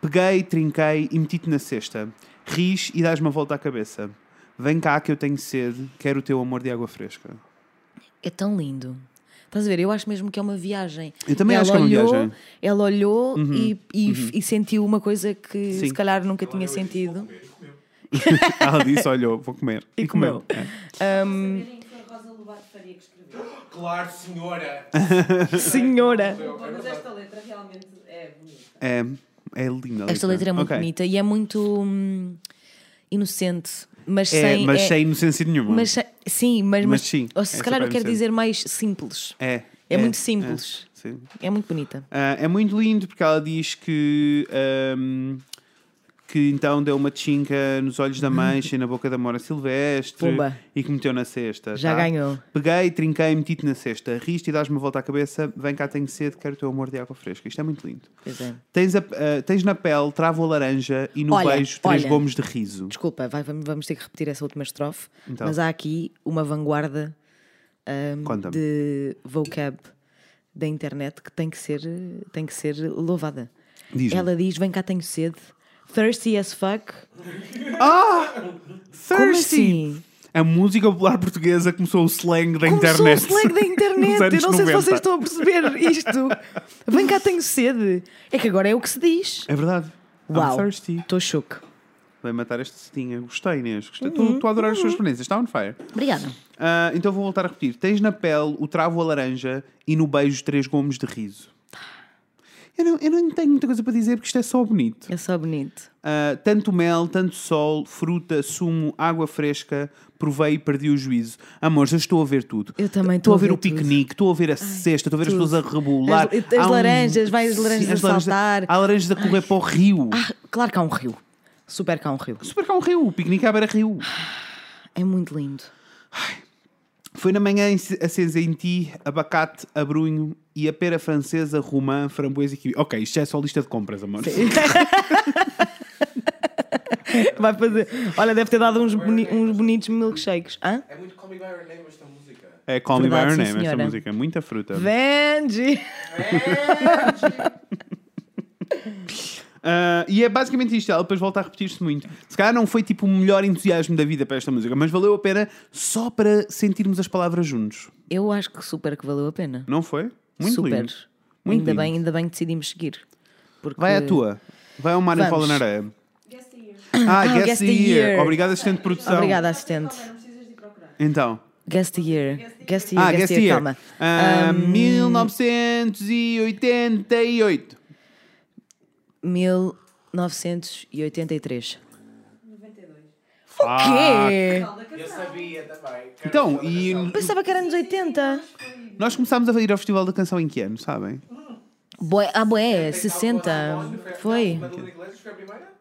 Speaker 1: Peguei, trinquei e meti-te na cesta. Ris e dás-me a volta à cabeça. Vem cá que eu tenho sede, quero o teu amor de água fresca.
Speaker 2: É tão lindo. Estás a ver? Eu acho mesmo que é uma viagem.
Speaker 1: Eu também acho que é uma viagem.
Speaker 2: Ela olhou e, e, e sentiu uma coisa que
Speaker 1: Sim.
Speaker 2: se calhar nunca tinha sentido.
Speaker 1: Ela disse: olhou, vou comer.
Speaker 2: E comeu.
Speaker 1: É.
Speaker 5: Saberem que foi a Rosa Lobato Faria que escreveu.
Speaker 4: Claro, senhora.
Speaker 2: Senhora!
Speaker 5: Mas esta letra realmente é bonita.
Speaker 1: É, é linda. a
Speaker 2: Esta letra é muito
Speaker 1: Ok.
Speaker 2: bonita e é muito hum, inocente, mas
Speaker 1: É,
Speaker 2: sem.
Speaker 1: mas
Speaker 2: é-
Speaker 1: sem inocência nenhuma.
Speaker 2: mas sem- sim, mas,
Speaker 1: Mas
Speaker 2: mas,
Speaker 1: sim,
Speaker 2: Ou se
Speaker 1: é
Speaker 2: calhar eu
Speaker 1: super
Speaker 2: quero
Speaker 1: inocente.
Speaker 2: dizer mais simples.
Speaker 1: é,
Speaker 2: é muito simples.
Speaker 1: é, sim.
Speaker 2: É muito bonita.
Speaker 1: Ah, é muito lindo porque ela diz que ahm, que então deu uma tchinca nos olhos da mancha e na boca da Mora Silvestre
Speaker 2: Pumba.
Speaker 1: e que meteu na cesta.
Speaker 2: Já
Speaker 1: tá?
Speaker 2: ganhou.
Speaker 1: Peguei, trinquei, meti-te na cesta. Riste e dás-me uma volta à cabeça. Vem cá, tenho sede, quero o teu amor de água fresca. Isto é muito lindo.
Speaker 2: Pois é.
Speaker 1: Tens, a- ah, tens na pele, travo a laranja e no
Speaker 2: Olha,
Speaker 1: beijo três
Speaker 2: olha.
Speaker 1: gomos de riso.
Speaker 2: Desculpa, vai- vamos, vamos ter que repetir essa última estrofe,
Speaker 1: Então.
Speaker 2: mas há aqui uma vanguarda hum,
Speaker 1: Conta-me.
Speaker 2: de vocab da internet que tem que ser, tem que ser louvada.
Speaker 1: Diz-me.
Speaker 2: Ela diz: Vem cá, tenho sede. Thirsty as fuck. Como
Speaker 1: Thirsty!
Speaker 2: assim?
Speaker 1: A música popular portuguesa começou o slang da
Speaker 2: Começou
Speaker 1: internet.
Speaker 2: o slang um da
Speaker 1: Nos
Speaker 2: internet. Eu
Speaker 1: anos
Speaker 2: não sei se
Speaker 1: 90.
Speaker 2: vocês estão a perceber isto. Vem cá, tenho sede. É que agora é o que se diz.
Speaker 1: É verdade. I'm
Speaker 2: Uau,
Speaker 1: thirsty.
Speaker 2: estou choque.
Speaker 1: Vai matar esta setinha. Gostei, Inês. Gostei.
Speaker 2: Uhum.
Speaker 1: Estou a adorar as suas experiências. Está on fire.
Speaker 2: Obrigada.
Speaker 1: Ah, então vou voltar a repetir. Tens na pele o travo a laranja e no beijo três gomos de riso. Eu não, eu não tenho muita coisa para dizer porque isto é só bonito.
Speaker 2: É só bonito.
Speaker 1: Ah, tanto mel, tanto sol, fruta, sumo, água fresca, provei e perdi o juízo. Amor, já estou a ver tudo.
Speaker 2: Eu também
Speaker 1: estou
Speaker 2: estou
Speaker 1: a
Speaker 2: a
Speaker 1: ver
Speaker 2: ver
Speaker 1: o piquenique, estou a ver a cesta, estou a ver as
Speaker 2: tudo.
Speaker 1: pessoas a rebolar.
Speaker 2: As- as
Speaker 1: Há um
Speaker 2: laranjas, vai as laranjas
Speaker 1: Sim,
Speaker 2: a saltar.
Speaker 1: Há laranjas a correr para o rio.
Speaker 2: Ah, claro que há um rio. Super que há um rio.
Speaker 1: Super cá um rio, o piquenique à beira rio.
Speaker 2: É muito lindo.
Speaker 1: Foi na manhã inc- acesa em ti, abacate, abrunho e a pera francesa, romã, framboesa e kiwi. Ok, isto já é só lista de compras, amor.
Speaker 2: Vai fazer. Olha, deve ter dado uns, boni- uns bonitos milkshakes. Hã?
Speaker 4: É muito Call Me By Your Name esta música.
Speaker 1: É Call Me By
Speaker 2: Verdade,
Speaker 1: Your
Speaker 2: sim,
Speaker 1: Name, essa
Speaker 2: senhora.
Speaker 1: música. Muita fruta.
Speaker 2: Vende!
Speaker 1: Ah, e é basicamente isto, ela depois volta a repetir-se muito. Se calhar não foi tipo o melhor entusiasmo da vida para esta música, mas valeu a pena só para sentirmos as palavras juntos.
Speaker 2: Eu acho que super que valeu a pena.
Speaker 1: Não foi? Muito
Speaker 2: super.
Speaker 1: lindo. Muito
Speaker 2: ainda,
Speaker 1: lindo.
Speaker 2: bem, ainda bem que decidimos seguir. Porque...
Speaker 1: Vai à tua. Vai ao mar e
Speaker 2: Vamos.
Speaker 1: fala na areia.
Speaker 5: Guess the year.
Speaker 1: Ah, Guess, the Year.
Speaker 2: Year.
Speaker 1: Obrigado, assistente de produção.
Speaker 2: Obrigada,
Speaker 5: Não,
Speaker 2: assistente.
Speaker 5: não precisas de ir procurar.
Speaker 1: Então.
Speaker 2: Guess the year. Guess the year,
Speaker 1: ah,
Speaker 2: guess the year, calma. Hum.
Speaker 1: Ah,
Speaker 2: Ahm,
Speaker 1: 1988.
Speaker 2: 1983.
Speaker 5: 92.
Speaker 1: Ah,
Speaker 2: O quê?
Speaker 5: Calda
Speaker 4: Eu
Speaker 5: canção.
Speaker 4: sabia também.
Speaker 1: Então,
Speaker 4: Quero
Speaker 1: e
Speaker 4: saber
Speaker 2: Pensava que era nos 80.
Speaker 1: nós começámos a ir ao Festival da Canção em que ano, sabem?
Speaker 2: Boé, ah, boé,
Speaker 4: essa. Tem
Speaker 2: 60.
Speaker 4: tal coisa, não
Speaker 2: Foi.
Speaker 4: Madalena Iglesias foi a primeira?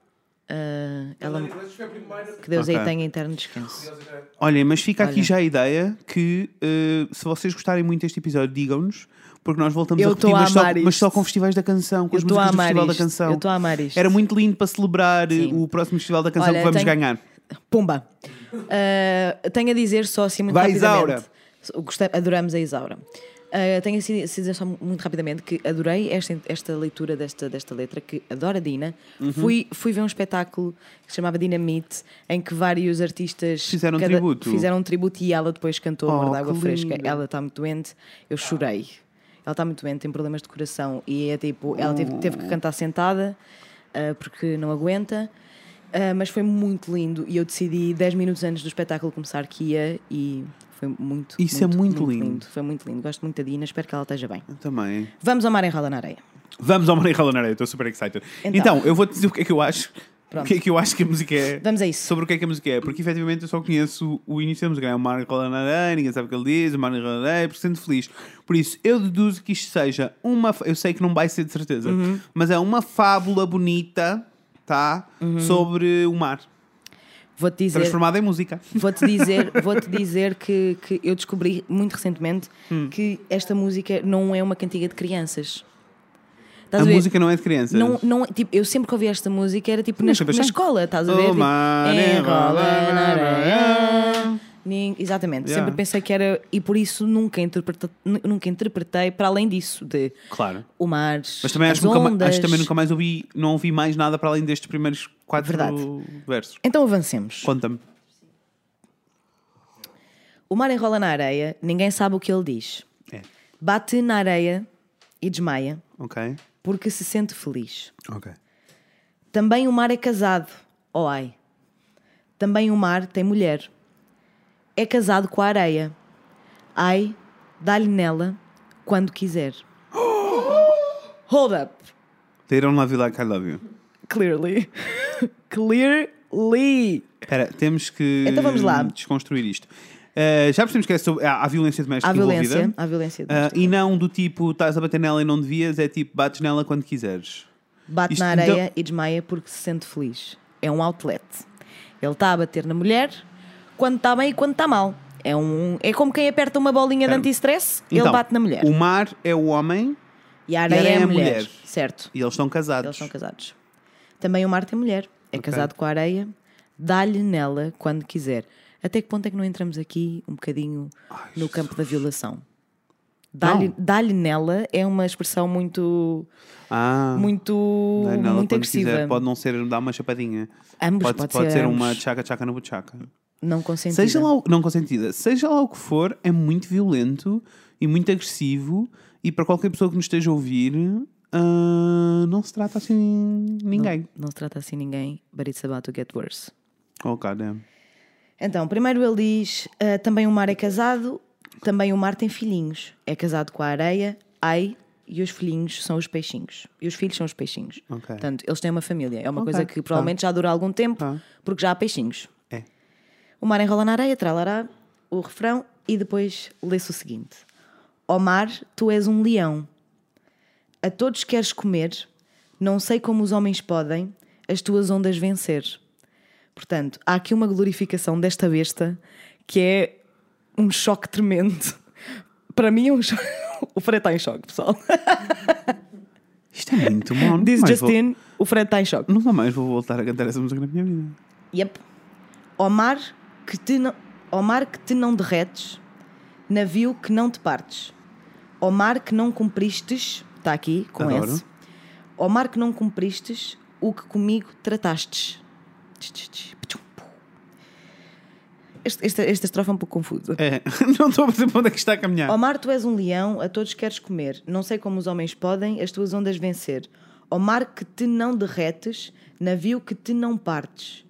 Speaker 2: Ah, ela...
Speaker 4: Madalena Iglesias foi a primeira.
Speaker 2: Que Deus
Speaker 1: Ok.
Speaker 2: aí tenha interno descanso.
Speaker 1: Olhem, mas fica aqui
Speaker 2: Olha.
Speaker 1: já a ideia que eh, se vocês gostarem muito deste episódio, digam-nos, porque nós voltamos
Speaker 2: Eu
Speaker 1: a repetir,
Speaker 2: tô a
Speaker 1: mas, só,
Speaker 2: amar
Speaker 1: mas só
Speaker 2: isto.
Speaker 1: com festivais da canção, com
Speaker 2: Eu
Speaker 1: as
Speaker 2: estou a
Speaker 1: músicas do
Speaker 2: amar
Speaker 1: Festival da
Speaker 2: isto. Eu
Speaker 1: Canção.
Speaker 2: estou a amar isto.
Speaker 1: Era muito lindo para celebrar eh,
Speaker 2: Sim.
Speaker 1: o próximo Festival da Canção
Speaker 2: Olha,
Speaker 1: que vamos
Speaker 2: tenho-
Speaker 1: ganhar.
Speaker 2: Pumba. Ah, tenho a dizer só assim muito
Speaker 1: Vai,
Speaker 2: rapidamente.
Speaker 1: Isaura.
Speaker 2: Gostei- adoramos a Isaura. Ah, tenho assim a dizer só muito rapidamente que adorei esta, esta leitura desta, desta letra, que adoro a Dina.
Speaker 1: Uhum.
Speaker 2: Fui, fui ver um espetáculo que se chamava Dinamite, em que vários artistas
Speaker 1: Fizeram tributo.
Speaker 2: fizeram um tributo e ela depois cantou
Speaker 1: Oh,
Speaker 2: Amor de Água
Speaker 1: que
Speaker 2: Fresca.
Speaker 1: lindo.
Speaker 2: Ela está muito doente, eu chorei. Ela está muito doente, tem problemas de coração e é tipo, ela teve, teve
Speaker 1: Hum.
Speaker 2: que cantar sentada ah, porque não aguenta. Ah, mas foi muito lindo e eu decidi 10 minutos antes do espetáculo começar que ia e foi muito
Speaker 1: Isso é muito lindo.
Speaker 2: Foi muito lindo, gosto muito da Dina, espero que ela esteja bem.
Speaker 1: Também.
Speaker 2: Vamos ao mar em roda na areia.
Speaker 1: Vamos ao Maria Rala na Areia, estou super excited. Então,
Speaker 2: Então.
Speaker 1: eu vou-te dizer o que é que eu acho.
Speaker 2: Pronto.
Speaker 1: O
Speaker 2: Então,
Speaker 1: que é que eu acho que a música é.
Speaker 2: Vamos a isso.
Speaker 1: Sobre o que é que a música é, porque efetivamente eu só conheço o início da música, é o Mario Rola na Areia, ninguém sabe o que ele diz, o Mario Rola na Areia, por sendo feliz. Por isso, eu deduzo que isto seja uma. fa- Eu sei que não vai ser de certeza,
Speaker 2: Uhum.
Speaker 1: mas é uma fábula bonita, tá?
Speaker 2: Uhum.
Speaker 1: Sobre o mar,
Speaker 2: Vou-te dizer,
Speaker 1: transformada em música.
Speaker 2: vou-te dizer, vou-te dizer que, que eu descobri muito recentemente
Speaker 1: Hum.
Speaker 2: que esta música não é uma cantiga de crianças. Estás
Speaker 1: a
Speaker 2: ver?
Speaker 1: música não é de crianças.
Speaker 2: Não, não, tipo, eu sempre que ouvia esta música era tipo na,
Speaker 1: Nunca
Speaker 2: na
Speaker 1: pensei.
Speaker 2: escola, estás a
Speaker 1: O
Speaker 2: ver? Tipo,
Speaker 1: mar é rola na areia.
Speaker 2: Nin- Exatamente,
Speaker 1: Yeah.
Speaker 2: sempre pensei que era. E por isso nunca interpretei, nunca interpretei para além disso, de
Speaker 1: Claro.
Speaker 2: o mar.
Speaker 1: Mas também
Speaker 2: as
Speaker 1: acho, que nunca, ma-
Speaker 2: ondas.
Speaker 1: acho que também nunca mais ouvi, não ouvi mais nada para além destes primeiros quatro
Speaker 2: Verdade.
Speaker 1: versos.
Speaker 2: Então avancemos.
Speaker 1: Conta-me.
Speaker 2: O mar enrola na areia, ninguém sabe o que ele diz.
Speaker 1: É.
Speaker 2: Bate na areia e desmaia
Speaker 1: Ok.
Speaker 2: porque se sente feliz.
Speaker 1: Ok.
Speaker 2: Também o mar é casado, oh ai. Também o mar tem mulher. É casado com a areia. Ai, dá-lhe nela quando quiser. Hold up.
Speaker 1: They don't love you like I love you.
Speaker 2: Clearly. Clearly.
Speaker 1: Espera, temos que
Speaker 2: Então vamos lá.
Speaker 1: desconstruir isto. Eh, já percebemos que é sobre, há, há violência doméstica
Speaker 2: Há violência.
Speaker 1: envolvida.
Speaker 2: Há violência.
Speaker 1: Ah, e não do tipo, estás a bater nela e não devias, é tipo, bates nela quando quiseres.
Speaker 2: Bate
Speaker 1: isto
Speaker 2: na areia
Speaker 1: então-
Speaker 2: e desmaia porque se sente feliz. É um outlet. Ele está a bater na mulher quando está bem e quando está mal. É, um, é como quem aperta uma bolinha de
Speaker 1: Espera.
Speaker 2: anti-stress, ele
Speaker 1: Então,
Speaker 2: bate na mulher.
Speaker 1: O mar é o homem
Speaker 2: E a
Speaker 1: E
Speaker 2: areia,
Speaker 1: a areia
Speaker 2: é
Speaker 1: é
Speaker 2: a mulher.
Speaker 1: mulher.
Speaker 2: Certo.
Speaker 1: e eles estão casados.
Speaker 2: Eles são casados. Também o Mar tem mulher. É casado com a areia. Dá-lhe nela quando quiser. Até que ponto é que não entramos aqui um bocadinho no campo da violação? Dá-lhe
Speaker 1: Não.
Speaker 2: dá nela é uma expressão muito,
Speaker 1: Ah,
Speaker 2: muito,
Speaker 1: dá-lhe nela
Speaker 2: muito
Speaker 1: quando
Speaker 2: agressiva.
Speaker 1: quiser. Pode não ser dar uma chapadinha.
Speaker 2: Ambos,
Speaker 1: pode,
Speaker 2: pode
Speaker 1: pode
Speaker 2: ser
Speaker 1: ser uma
Speaker 2: ambos.
Speaker 1: tchaca-tchaca no buchaca.
Speaker 2: Não consentida.
Speaker 1: Seja lá, o- não consentida, seja lá o que for, é muito violento e muito agressivo. E para qualquer pessoa que nos esteja a ouvir, ah, não se trata assim ninguém.
Speaker 2: Não se trata assim ninguém. But it's about to get worse.
Speaker 1: Oh, God damn.
Speaker 2: Então, primeiro ele diz: ah, também o mar é casado, também o mar tem filhinhos. É casado com a areia, ai, e os filhinhos são os peixinhos. E os filhos são os peixinhos.
Speaker 1: Ok.
Speaker 2: Portanto, eles têm uma família. É uma
Speaker 1: Ok,
Speaker 2: coisa que
Speaker 1: tá.
Speaker 2: provavelmente já dura algum tempo,
Speaker 1: Tá.
Speaker 2: porque já há peixinhos.
Speaker 1: É.
Speaker 2: O mar enrola na areia, tralará o refrão e depois lê-se o seguinte: Ó mar, tu és um leão. A todos queres comer, não sei como os homens podem as tuas ondas vencer. Portanto, há aqui uma glorificação desta besta que é um choque tremendo. Para mim, é um choque. O Fred está em choque, pessoal.
Speaker 1: Isto é muito mau. Nunca
Speaker 2: Diz
Speaker 1: mais vou-
Speaker 2: Justin, o Fred está em choque.
Speaker 1: Nunca mais vou voltar a cantar essa música na minha vida.
Speaker 2: Yep. Ao mar que te não, ao mar que te não derretes, Navio que não te partes. Ó mar que não cumpristes, está aqui com
Speaker 1: Adoro.
Speaker 2: S. Ó mar que não cumpristes, o que comigo tratastes. Tch, tch, tch, ptchum, pum. Este- esta, esta estrofe é um pouco confusa.
Speaker 1: É, não estou a perceber para onde é que está a caminhar.
Speaker 2: Ó mar, tu és um leão, a todos queres comer. Não sei como os homens podem as tuas ondas vencer. Ó mar que te não derretes, navio que te não partes.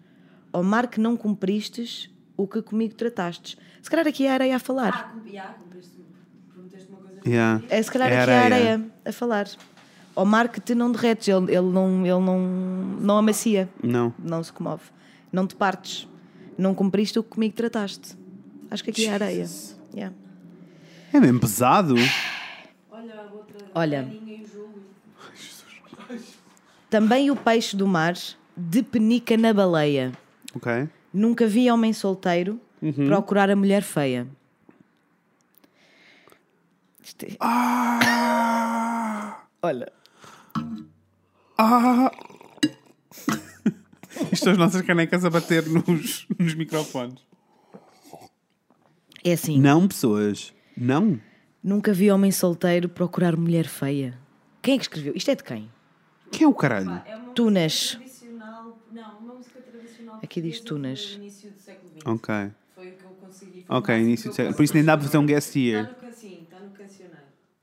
Speaker 2: Ó mar que não cumpristes o que comigo tratastes. Se calhar aqui é a areia a falar.
Speaker 5: Ah, cum- yeah, cumpriste, prometeste uma coisa.
Speaker 1: Yeah.
Speaker 2: É se calhar
Speaker 1: É a
Speaker 2: aqui é a
Speaker 1: areia.
Speaker 2: areia a falar. Ó mar que te não derretes, ele, ele, não, ele não, não amacia,
Speaker 1: Não.
Speaker 2: não se comove. Não te partes, não cumpriste o que comigo trataste. Acho que aqui é a areia. Yeah.
Speaker 1: É mesmo pesado.
Speaker 5: Olha, a outra.
Speaker 2: Olha.
Speaker 5: é Ninguém em julho.
Speaker 2: Também o peixe do mar de penica na baleia.
Speaker 1: Ok.
Speaker 2: Nunca vi homem solteiro procurar a mulher feia. Isto é- Ah! Olha,
Speaker 1: Isto são as nossas canecas a bater nos, nos microfones.
Speaker 2: é assim.
Speaker 1: Não, pessoas. Não.
Speaker 2: Nunca vi homem solteiro procurar mulher feia. Quem é que escreveu? Isto é de quem?
Speaker 1: Quem é o caralho?
Speaker 5: É uma
Speaker 2: Tunas.
Speaker 5: música tradicional. Não, uma música tradicional.
Speaker 2: Aqui diz
Speaker 5: portuguesa
Speaker 2: Tunas.
Speaker 5: do Início do século XX.
Speaker 1: Ok.
Speaker 5: Foi o que eu consegui. foi o
Speaker 1: Ok,
Speaker 5: máximo
Speaker 1: início
Speaker 5: que
Speaker 1: de
Speaker 5: eu
Speaker 1: século. Por isso nem dá para fazer um guest
Speaker 5: Está
Speaker 1: year.
Speaker 5: no, can- sim, está no cancionário.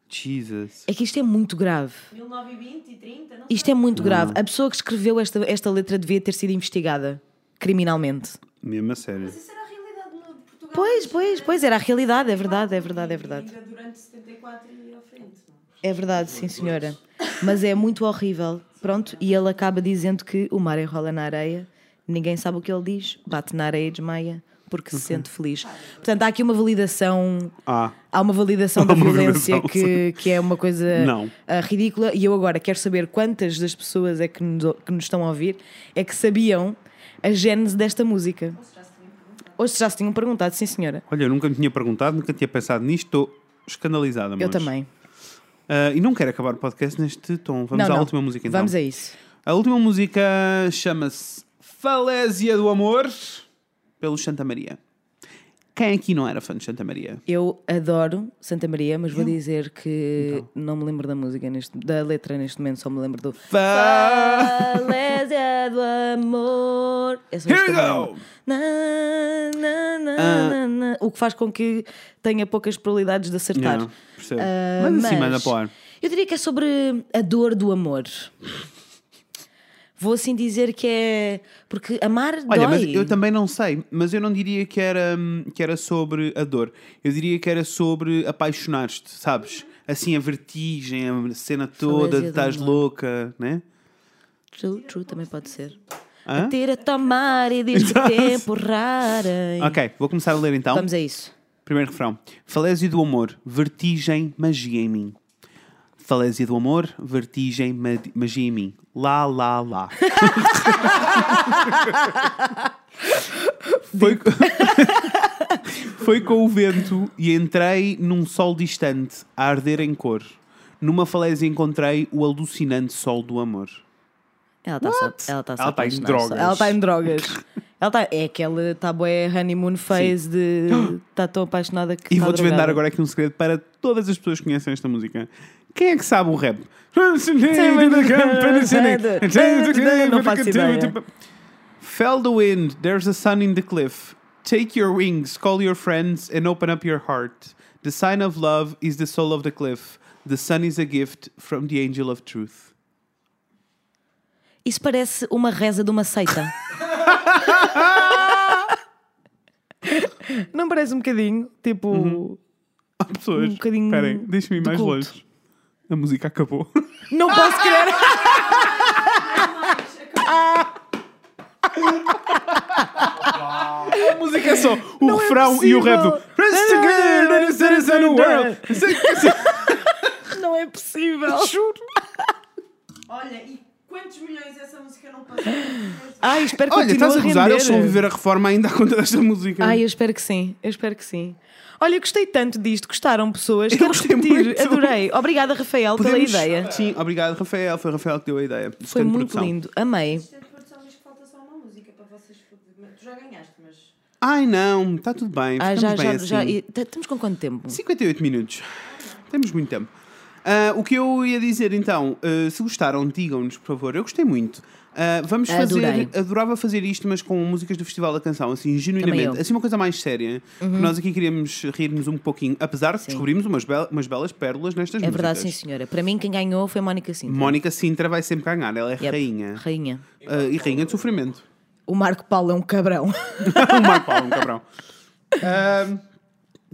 Speaker 1: Jesus.
Speaker 2: É que isto é muito grave.
Speaker 5: 1920 e 30, não
Speaker 2: Isto é muito grave. A pessoa que escreveu esta, esta letra devia ter sido investigada criminalmente.
Speaker 1: Mesmo a sério.
Speaker 5: Mas isso era a realidade no- de Portugal.
Speaker 2: Pois, pois, pois, era a realidade, é verdade, é verdade, é verdade.
Speaker 5: Ainda durante 74 e à frente. não?
Speaker 2: É verdade, sim, senhora. Mas é muito horrível. Pronto, e ele acaba dizendo que o mar enrola na areia, ninguém sabe o que ele diz, bate na areia e desmaia porque se sente feliz. Portanto, há aqui uma validação.
Speaker 1: Ah.
Speaker 2: Há uma validação da
Speaker 1: Há uma
Speaker 2: violência
Speaker 1: validação,
Speaker 2: que, que é uma coisa
Speaker 1: Não.
Speaker 2: ah, ridícula. E eu agora quero saber quantas das pessoas é que nos, que nos estão a ouvir é que sabiam a gênese desta música. Ou se já se tinham perguntado, sim, senhora.
Speaker 1: Olha, eu nunca me tinha perguntado, nunca tinha pensado nisto. Estou escandalizada,
Speaker 2: Eu
Speaker 1: mas.
Speaker 2: também.
Speaker 1: Ah, e não quero acabar o podcast neste tom. Vamos
Speaker 2: Não,
Speaker 1: à
Speaker 2: não.
Speaker 1: última música então.
Speaker 2: Vamos a isso.
Speaker 1: A última música chama-se Falésia do Amor, pelo Santa Maria. Quem aqui não era fã de Santa Maria?
Speaker 2: Eu adoro Santa Maria, mas vou dizer que
Speaker 1: Então.
Speaker 2: não me lembro da música, neste, da letra neste momento, só me lembro do
Speaker 1: Fa-
Speaker 2: Falésia do Amor. É Essa
Speaker 1: Here
Speaker 2: música
Speaker 1: we go!
Speaker 2: eu
Speaker 1: Ah.
Speaker 2: lembro. Na, na, na, na, na. O que faz com que tenha poucas probabilidades de acertar.
Speaker 1: Não, percebo.
Speaker 2: Ah,
Speaker 1: manda assim, manda para o ar.
Speaker 2: Eu diria que é sobre a dor do amor. Vou assim dizer que é. Porque amar
Speaker 1: Olha, mas
Speaker 2: dói.
Speaker 1: eu também não sei, mas eu não diria que era, hum, que era sobre a dor. Eu diria que era sobre apaixonar-te, sabes? Assim, a vertigem, a cena toda,
Speaker 2: Falésia
Speaker 1: de
Speaker 2: do
Speaker 1: estás
Speaker 2: amor.
Speaker 1: louca, né?
Speaker 2: True, true, também pode ser.
Speaker 1: Hã?
Speaker 2: Tira tomar e diz que
Speaker 1: Exato.
Speaker 2: tempo rara.
Speaker 1: Ok, vou começar a ler então.
Speaker 2: Vamos a isso.
Speaker 1: Primeiro refrão. Falésia do amor, vertigem, magia em mim. Falésia do amor, vertigem, ma- magia em mim. Lá, lá, lá. Foi, co- Foi com o vento e entrei num sol distante, a arder em cor. Numa falésia encontrei o alucinante sol do amor.
Speaker 2: Ela está só, ela tá só
Speaker 1: Ela tá em
Speaker 2: apaixonada,
Speaker 1: drogas.
Speaker 2: só. Ela está em drogas. ela tá, é aquela tabué honeymoon phase de. Está tão apaixonada que.
Speaker 1: E
Speaker 2: tá
Speaker 1: vou desvendar
Speaker 2: drogada.
Speaker 1: agora aqui um segredo para todas as pessoas que conhecem esta música. Quem é que sabe o rap?
Speaker 2: Não faço ideia.
Speaker 1: Fell the wind, there's a sun in the cliff. Take your wings, call your friends, and open up your heart. The sign of love is the soul of the cliff. The sun is a gift from the angel of truth.
Speaker 2: Isso parece uma reza de uma seita. Não parece um bocadinho? Tipo.
Speaker 1: Uhum. Há pessoas.
Speaker 2: Um bocadinho
Speaker 1: Esperem, deixem-me ir
Speaker 2: de
Speaker 1: mais
Speaker 2: culto.
Speaker 1: longe. A música acabou.
Speaker 2: Não posso crer!
Speaker 5: é
Speaker 1: A música é só o refrão e o rap do. Rest together,
Speaker 2: Não,
Speaker 1: citizens of the world.
Speaker 2: Não é possível!
Speaker 1: Juro.
Speaker 5: Olha, e quantos milhões essa música não passou? Depois-
Speaker 2: Ai, espero que
Speaker 1: Olha,
Speaker 2: continue
Speaker 1: estás a gozar,
Speaker 2: render.
Speaker 1: eles vão viver a reforma ainda à conta desta música.
Speaker 2: Ai, eu espero que sim, eu espero que sim. Olha, eu gostei tanto disto, gostaram pessoas,
Speaker 1: Eu
Speaker 2: quero
Speaker 1: gostei
Speaker 2: repetir,
Speaker 1: muito.
Speaker 2: adorei. Obrigada, Rafael,
Speaker 1: Podemos-
Speaker 2: pela ideia.
Speaker 1: Sim, obrigado, Rafael. Foi o Rafael que deu a ideia.
Speaker 2: Foi
Speaker 1: Assistente de
Speaker 2: muito
Speaker 1: produção.
Speaker 5: é
Speaker 2: lindo, amei.
Speaker 5: Assistente de produção diz que falta só uma música para vocês. Tu já ganhaste, mas.
Speaker 1: Ai não, está tudo bem.
Speaker 2: Ah,
Speaker 1: ficamos
Speaker 2: já,
Speaker 1: bem
Speaker 2: já,
Speaker 1: assim.
Speaker 2: já. e t- Estamos com quanto tempo?
Speaker 1: 58 minutos. Temos muito tempo. Ah, o que eu ia dizer então, ah, se gostaram, digam-nos, por favor. Eu gostei muito. Ah, vamos fazer.
Speaker 2: Adorei.
Speaker 1: Adorava fazer isto, mas com músicas do Festival da Canção, assim,
Speaker 2: Também
Speaker 1: genuinamente.
Speaker 2: eu. Uhum.
Speaker 1: Assim, uma coisa mais séria. porque Nós aqui queríamos rir-nos um pouquinho, apesar de
Speaker 2: Sim.
Speaker 1: descobrimos umas, bel- umas belas pérolas nestas
Speaker 2: É
Speaker 1: músicas.
Speaker 2: verdade, sim, senhora. Para mim, quem ganhou foi a Mónica Sintra.
Speaker 1: Mónica Sintra vai sempre ganhar, ela é
Speaker 2: Yep.
Speaker 1: rainha.
Speaker 2: Rainha.
Speaker 1: Ah, e rainha de sofrimento.
Speaker 2: O Marco Paulo é um cabrão.
Speaker 1: um Marco Paulo, um cabrão. Ah,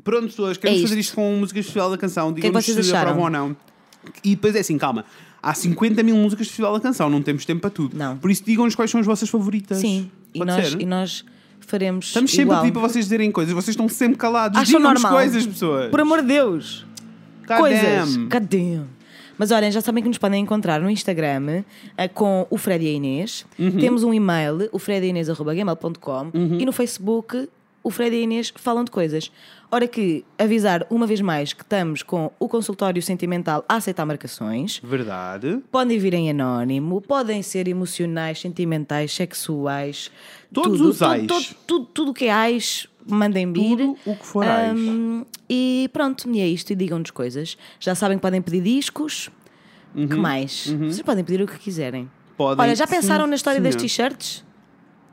Speaker 1: pronto, pessoas, queremos
Speaker 2: É isto.
Speaker 1: fazer isto com músicas do Festival da Canção.
Speaker 2: que é que
Speaker 1: Digam-nos
Speaker 2: vocês
Speaker 1: se
Speaker 2: acharam?
Speaker 1: aprovam ou não. E depois é assim, calma. Há 50 mil músicas do Festival da Canção, não temos tempo para tudo.
Speaker 2: Não.
Speaker 1: Por isso, digam-nos quais são as vossas favoritas.
Speaker 2: Sim. E
Speaker 1: Pode
Speaker 2: nós,
Speaker 1: ser?
Speaker 2: e nós faremos.
Speaker 1: Estamos sempre
Speaker 2: igual.
Speaker 1: a pedir para vocês dizerem coisas, vocês estão sempre calados.
Speaker 2: Acham
Speaker 1: Digam-nos
Speaker 2: normal?
Speaker 1: coisas, pessoas.
Speaker 2: Por amor de Deus.
Speaker 1: God
Speaker 2: coisas.
Speaker 1: damn.
Speaker 2: Cadê? Mas olhem, já sabem que nos podem encontrar no Instagram eh, com o Fred e a Inês.
Speaker 1: Uhum.
Speaker 2: Temos um e-mail, o fredeinês.gmail.com e no Facebook, o Fred e a Inês falam de coisas. Ora que avisar uma vez mais que estamos com o consultório sentimental a aceitar marcações.
Speaker 1: Verdade.
Speaker 2: Podem vir em anónimo, podem ser emocionais, sentimentais, sexuais.
Speaker 1: Todos
Speaker 2: tudo,
Speaker 1: os
Speaker 2: tudo,
Speaker 1: ais.
Speaker 2: Tudo, tudo, tudo que é ais, mandem vir.
Speaker 1: Tudo o que for ais.
Speaker 2: Ahm, e pronto, e é isto. E digam-nos coisas. Já sabem que podem pedir discos. que mais? Vocês podem pedir o que quiserem.
Speaker 1: Uhum, Podem.
Speaker 2: Olha, já
Speaker 1: Sim,
Speaker 2: pensaram na história das
Speaker 1: senhor.
Speaker 2: t-shirts?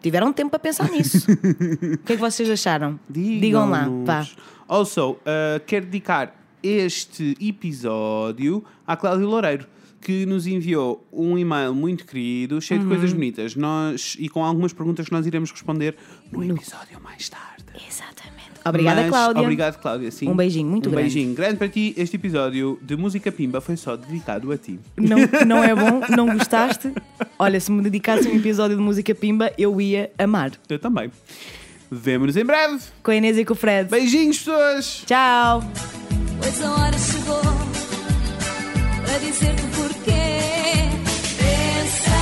Speaker 2: Tiveram tempo para pensar nisso. o que é que vocês acharam? lá,
Speaker 1: Digam-nos.
Speaker 2: pá.
Speaker 1: Also, uh, quero dedicar este episódio à Cláudia Loureiro, que nos enviou um e-mail muito querido, cheio
Speaker 2: Uhum.
Speaker 1: de coisas bonitas. Nós, e com algumas perguntas que nós iremos responder no episódio mais tarde.
Speaker 2: Exatamente. Obrigada,
Speaker 1: Mas,
Speaker 2: Cláudia.
Speaker 1: Obrigado, Cláudia. Sim.
Speaker 2: Um beijinho muito
Speaker 1: um
Speaker 2: grande.
Speaker 1: beijinho grande para ti. Este episódio de Música Pimba foi só dedicado a ti.
Speaker 2: Não, não é bom, não gostaste. Olha, se me dedicasse um episódio de música pimba, eu ia amar.
Speaker 1: Eu também. Vemo-nos em breve.
Speaker 2: Com a Inês e com o Fred.
Speaker 1: Beijinhos, pessoas!
Speaker 2: Tchau!
Speaker 7: Pois a hora chegou para dizer-te porquê. Pensa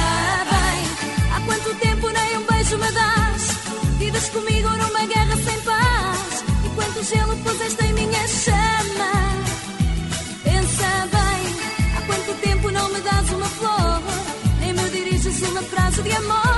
Speaker 7: bem, há quanto tempo nem um beijo me das? Vives comigo numa guerra sem paz. E quanto gelo puseste em minha chama? Pensa bem, há quanto tempo não me das uma flor? Nem me diriges uma frase de amor.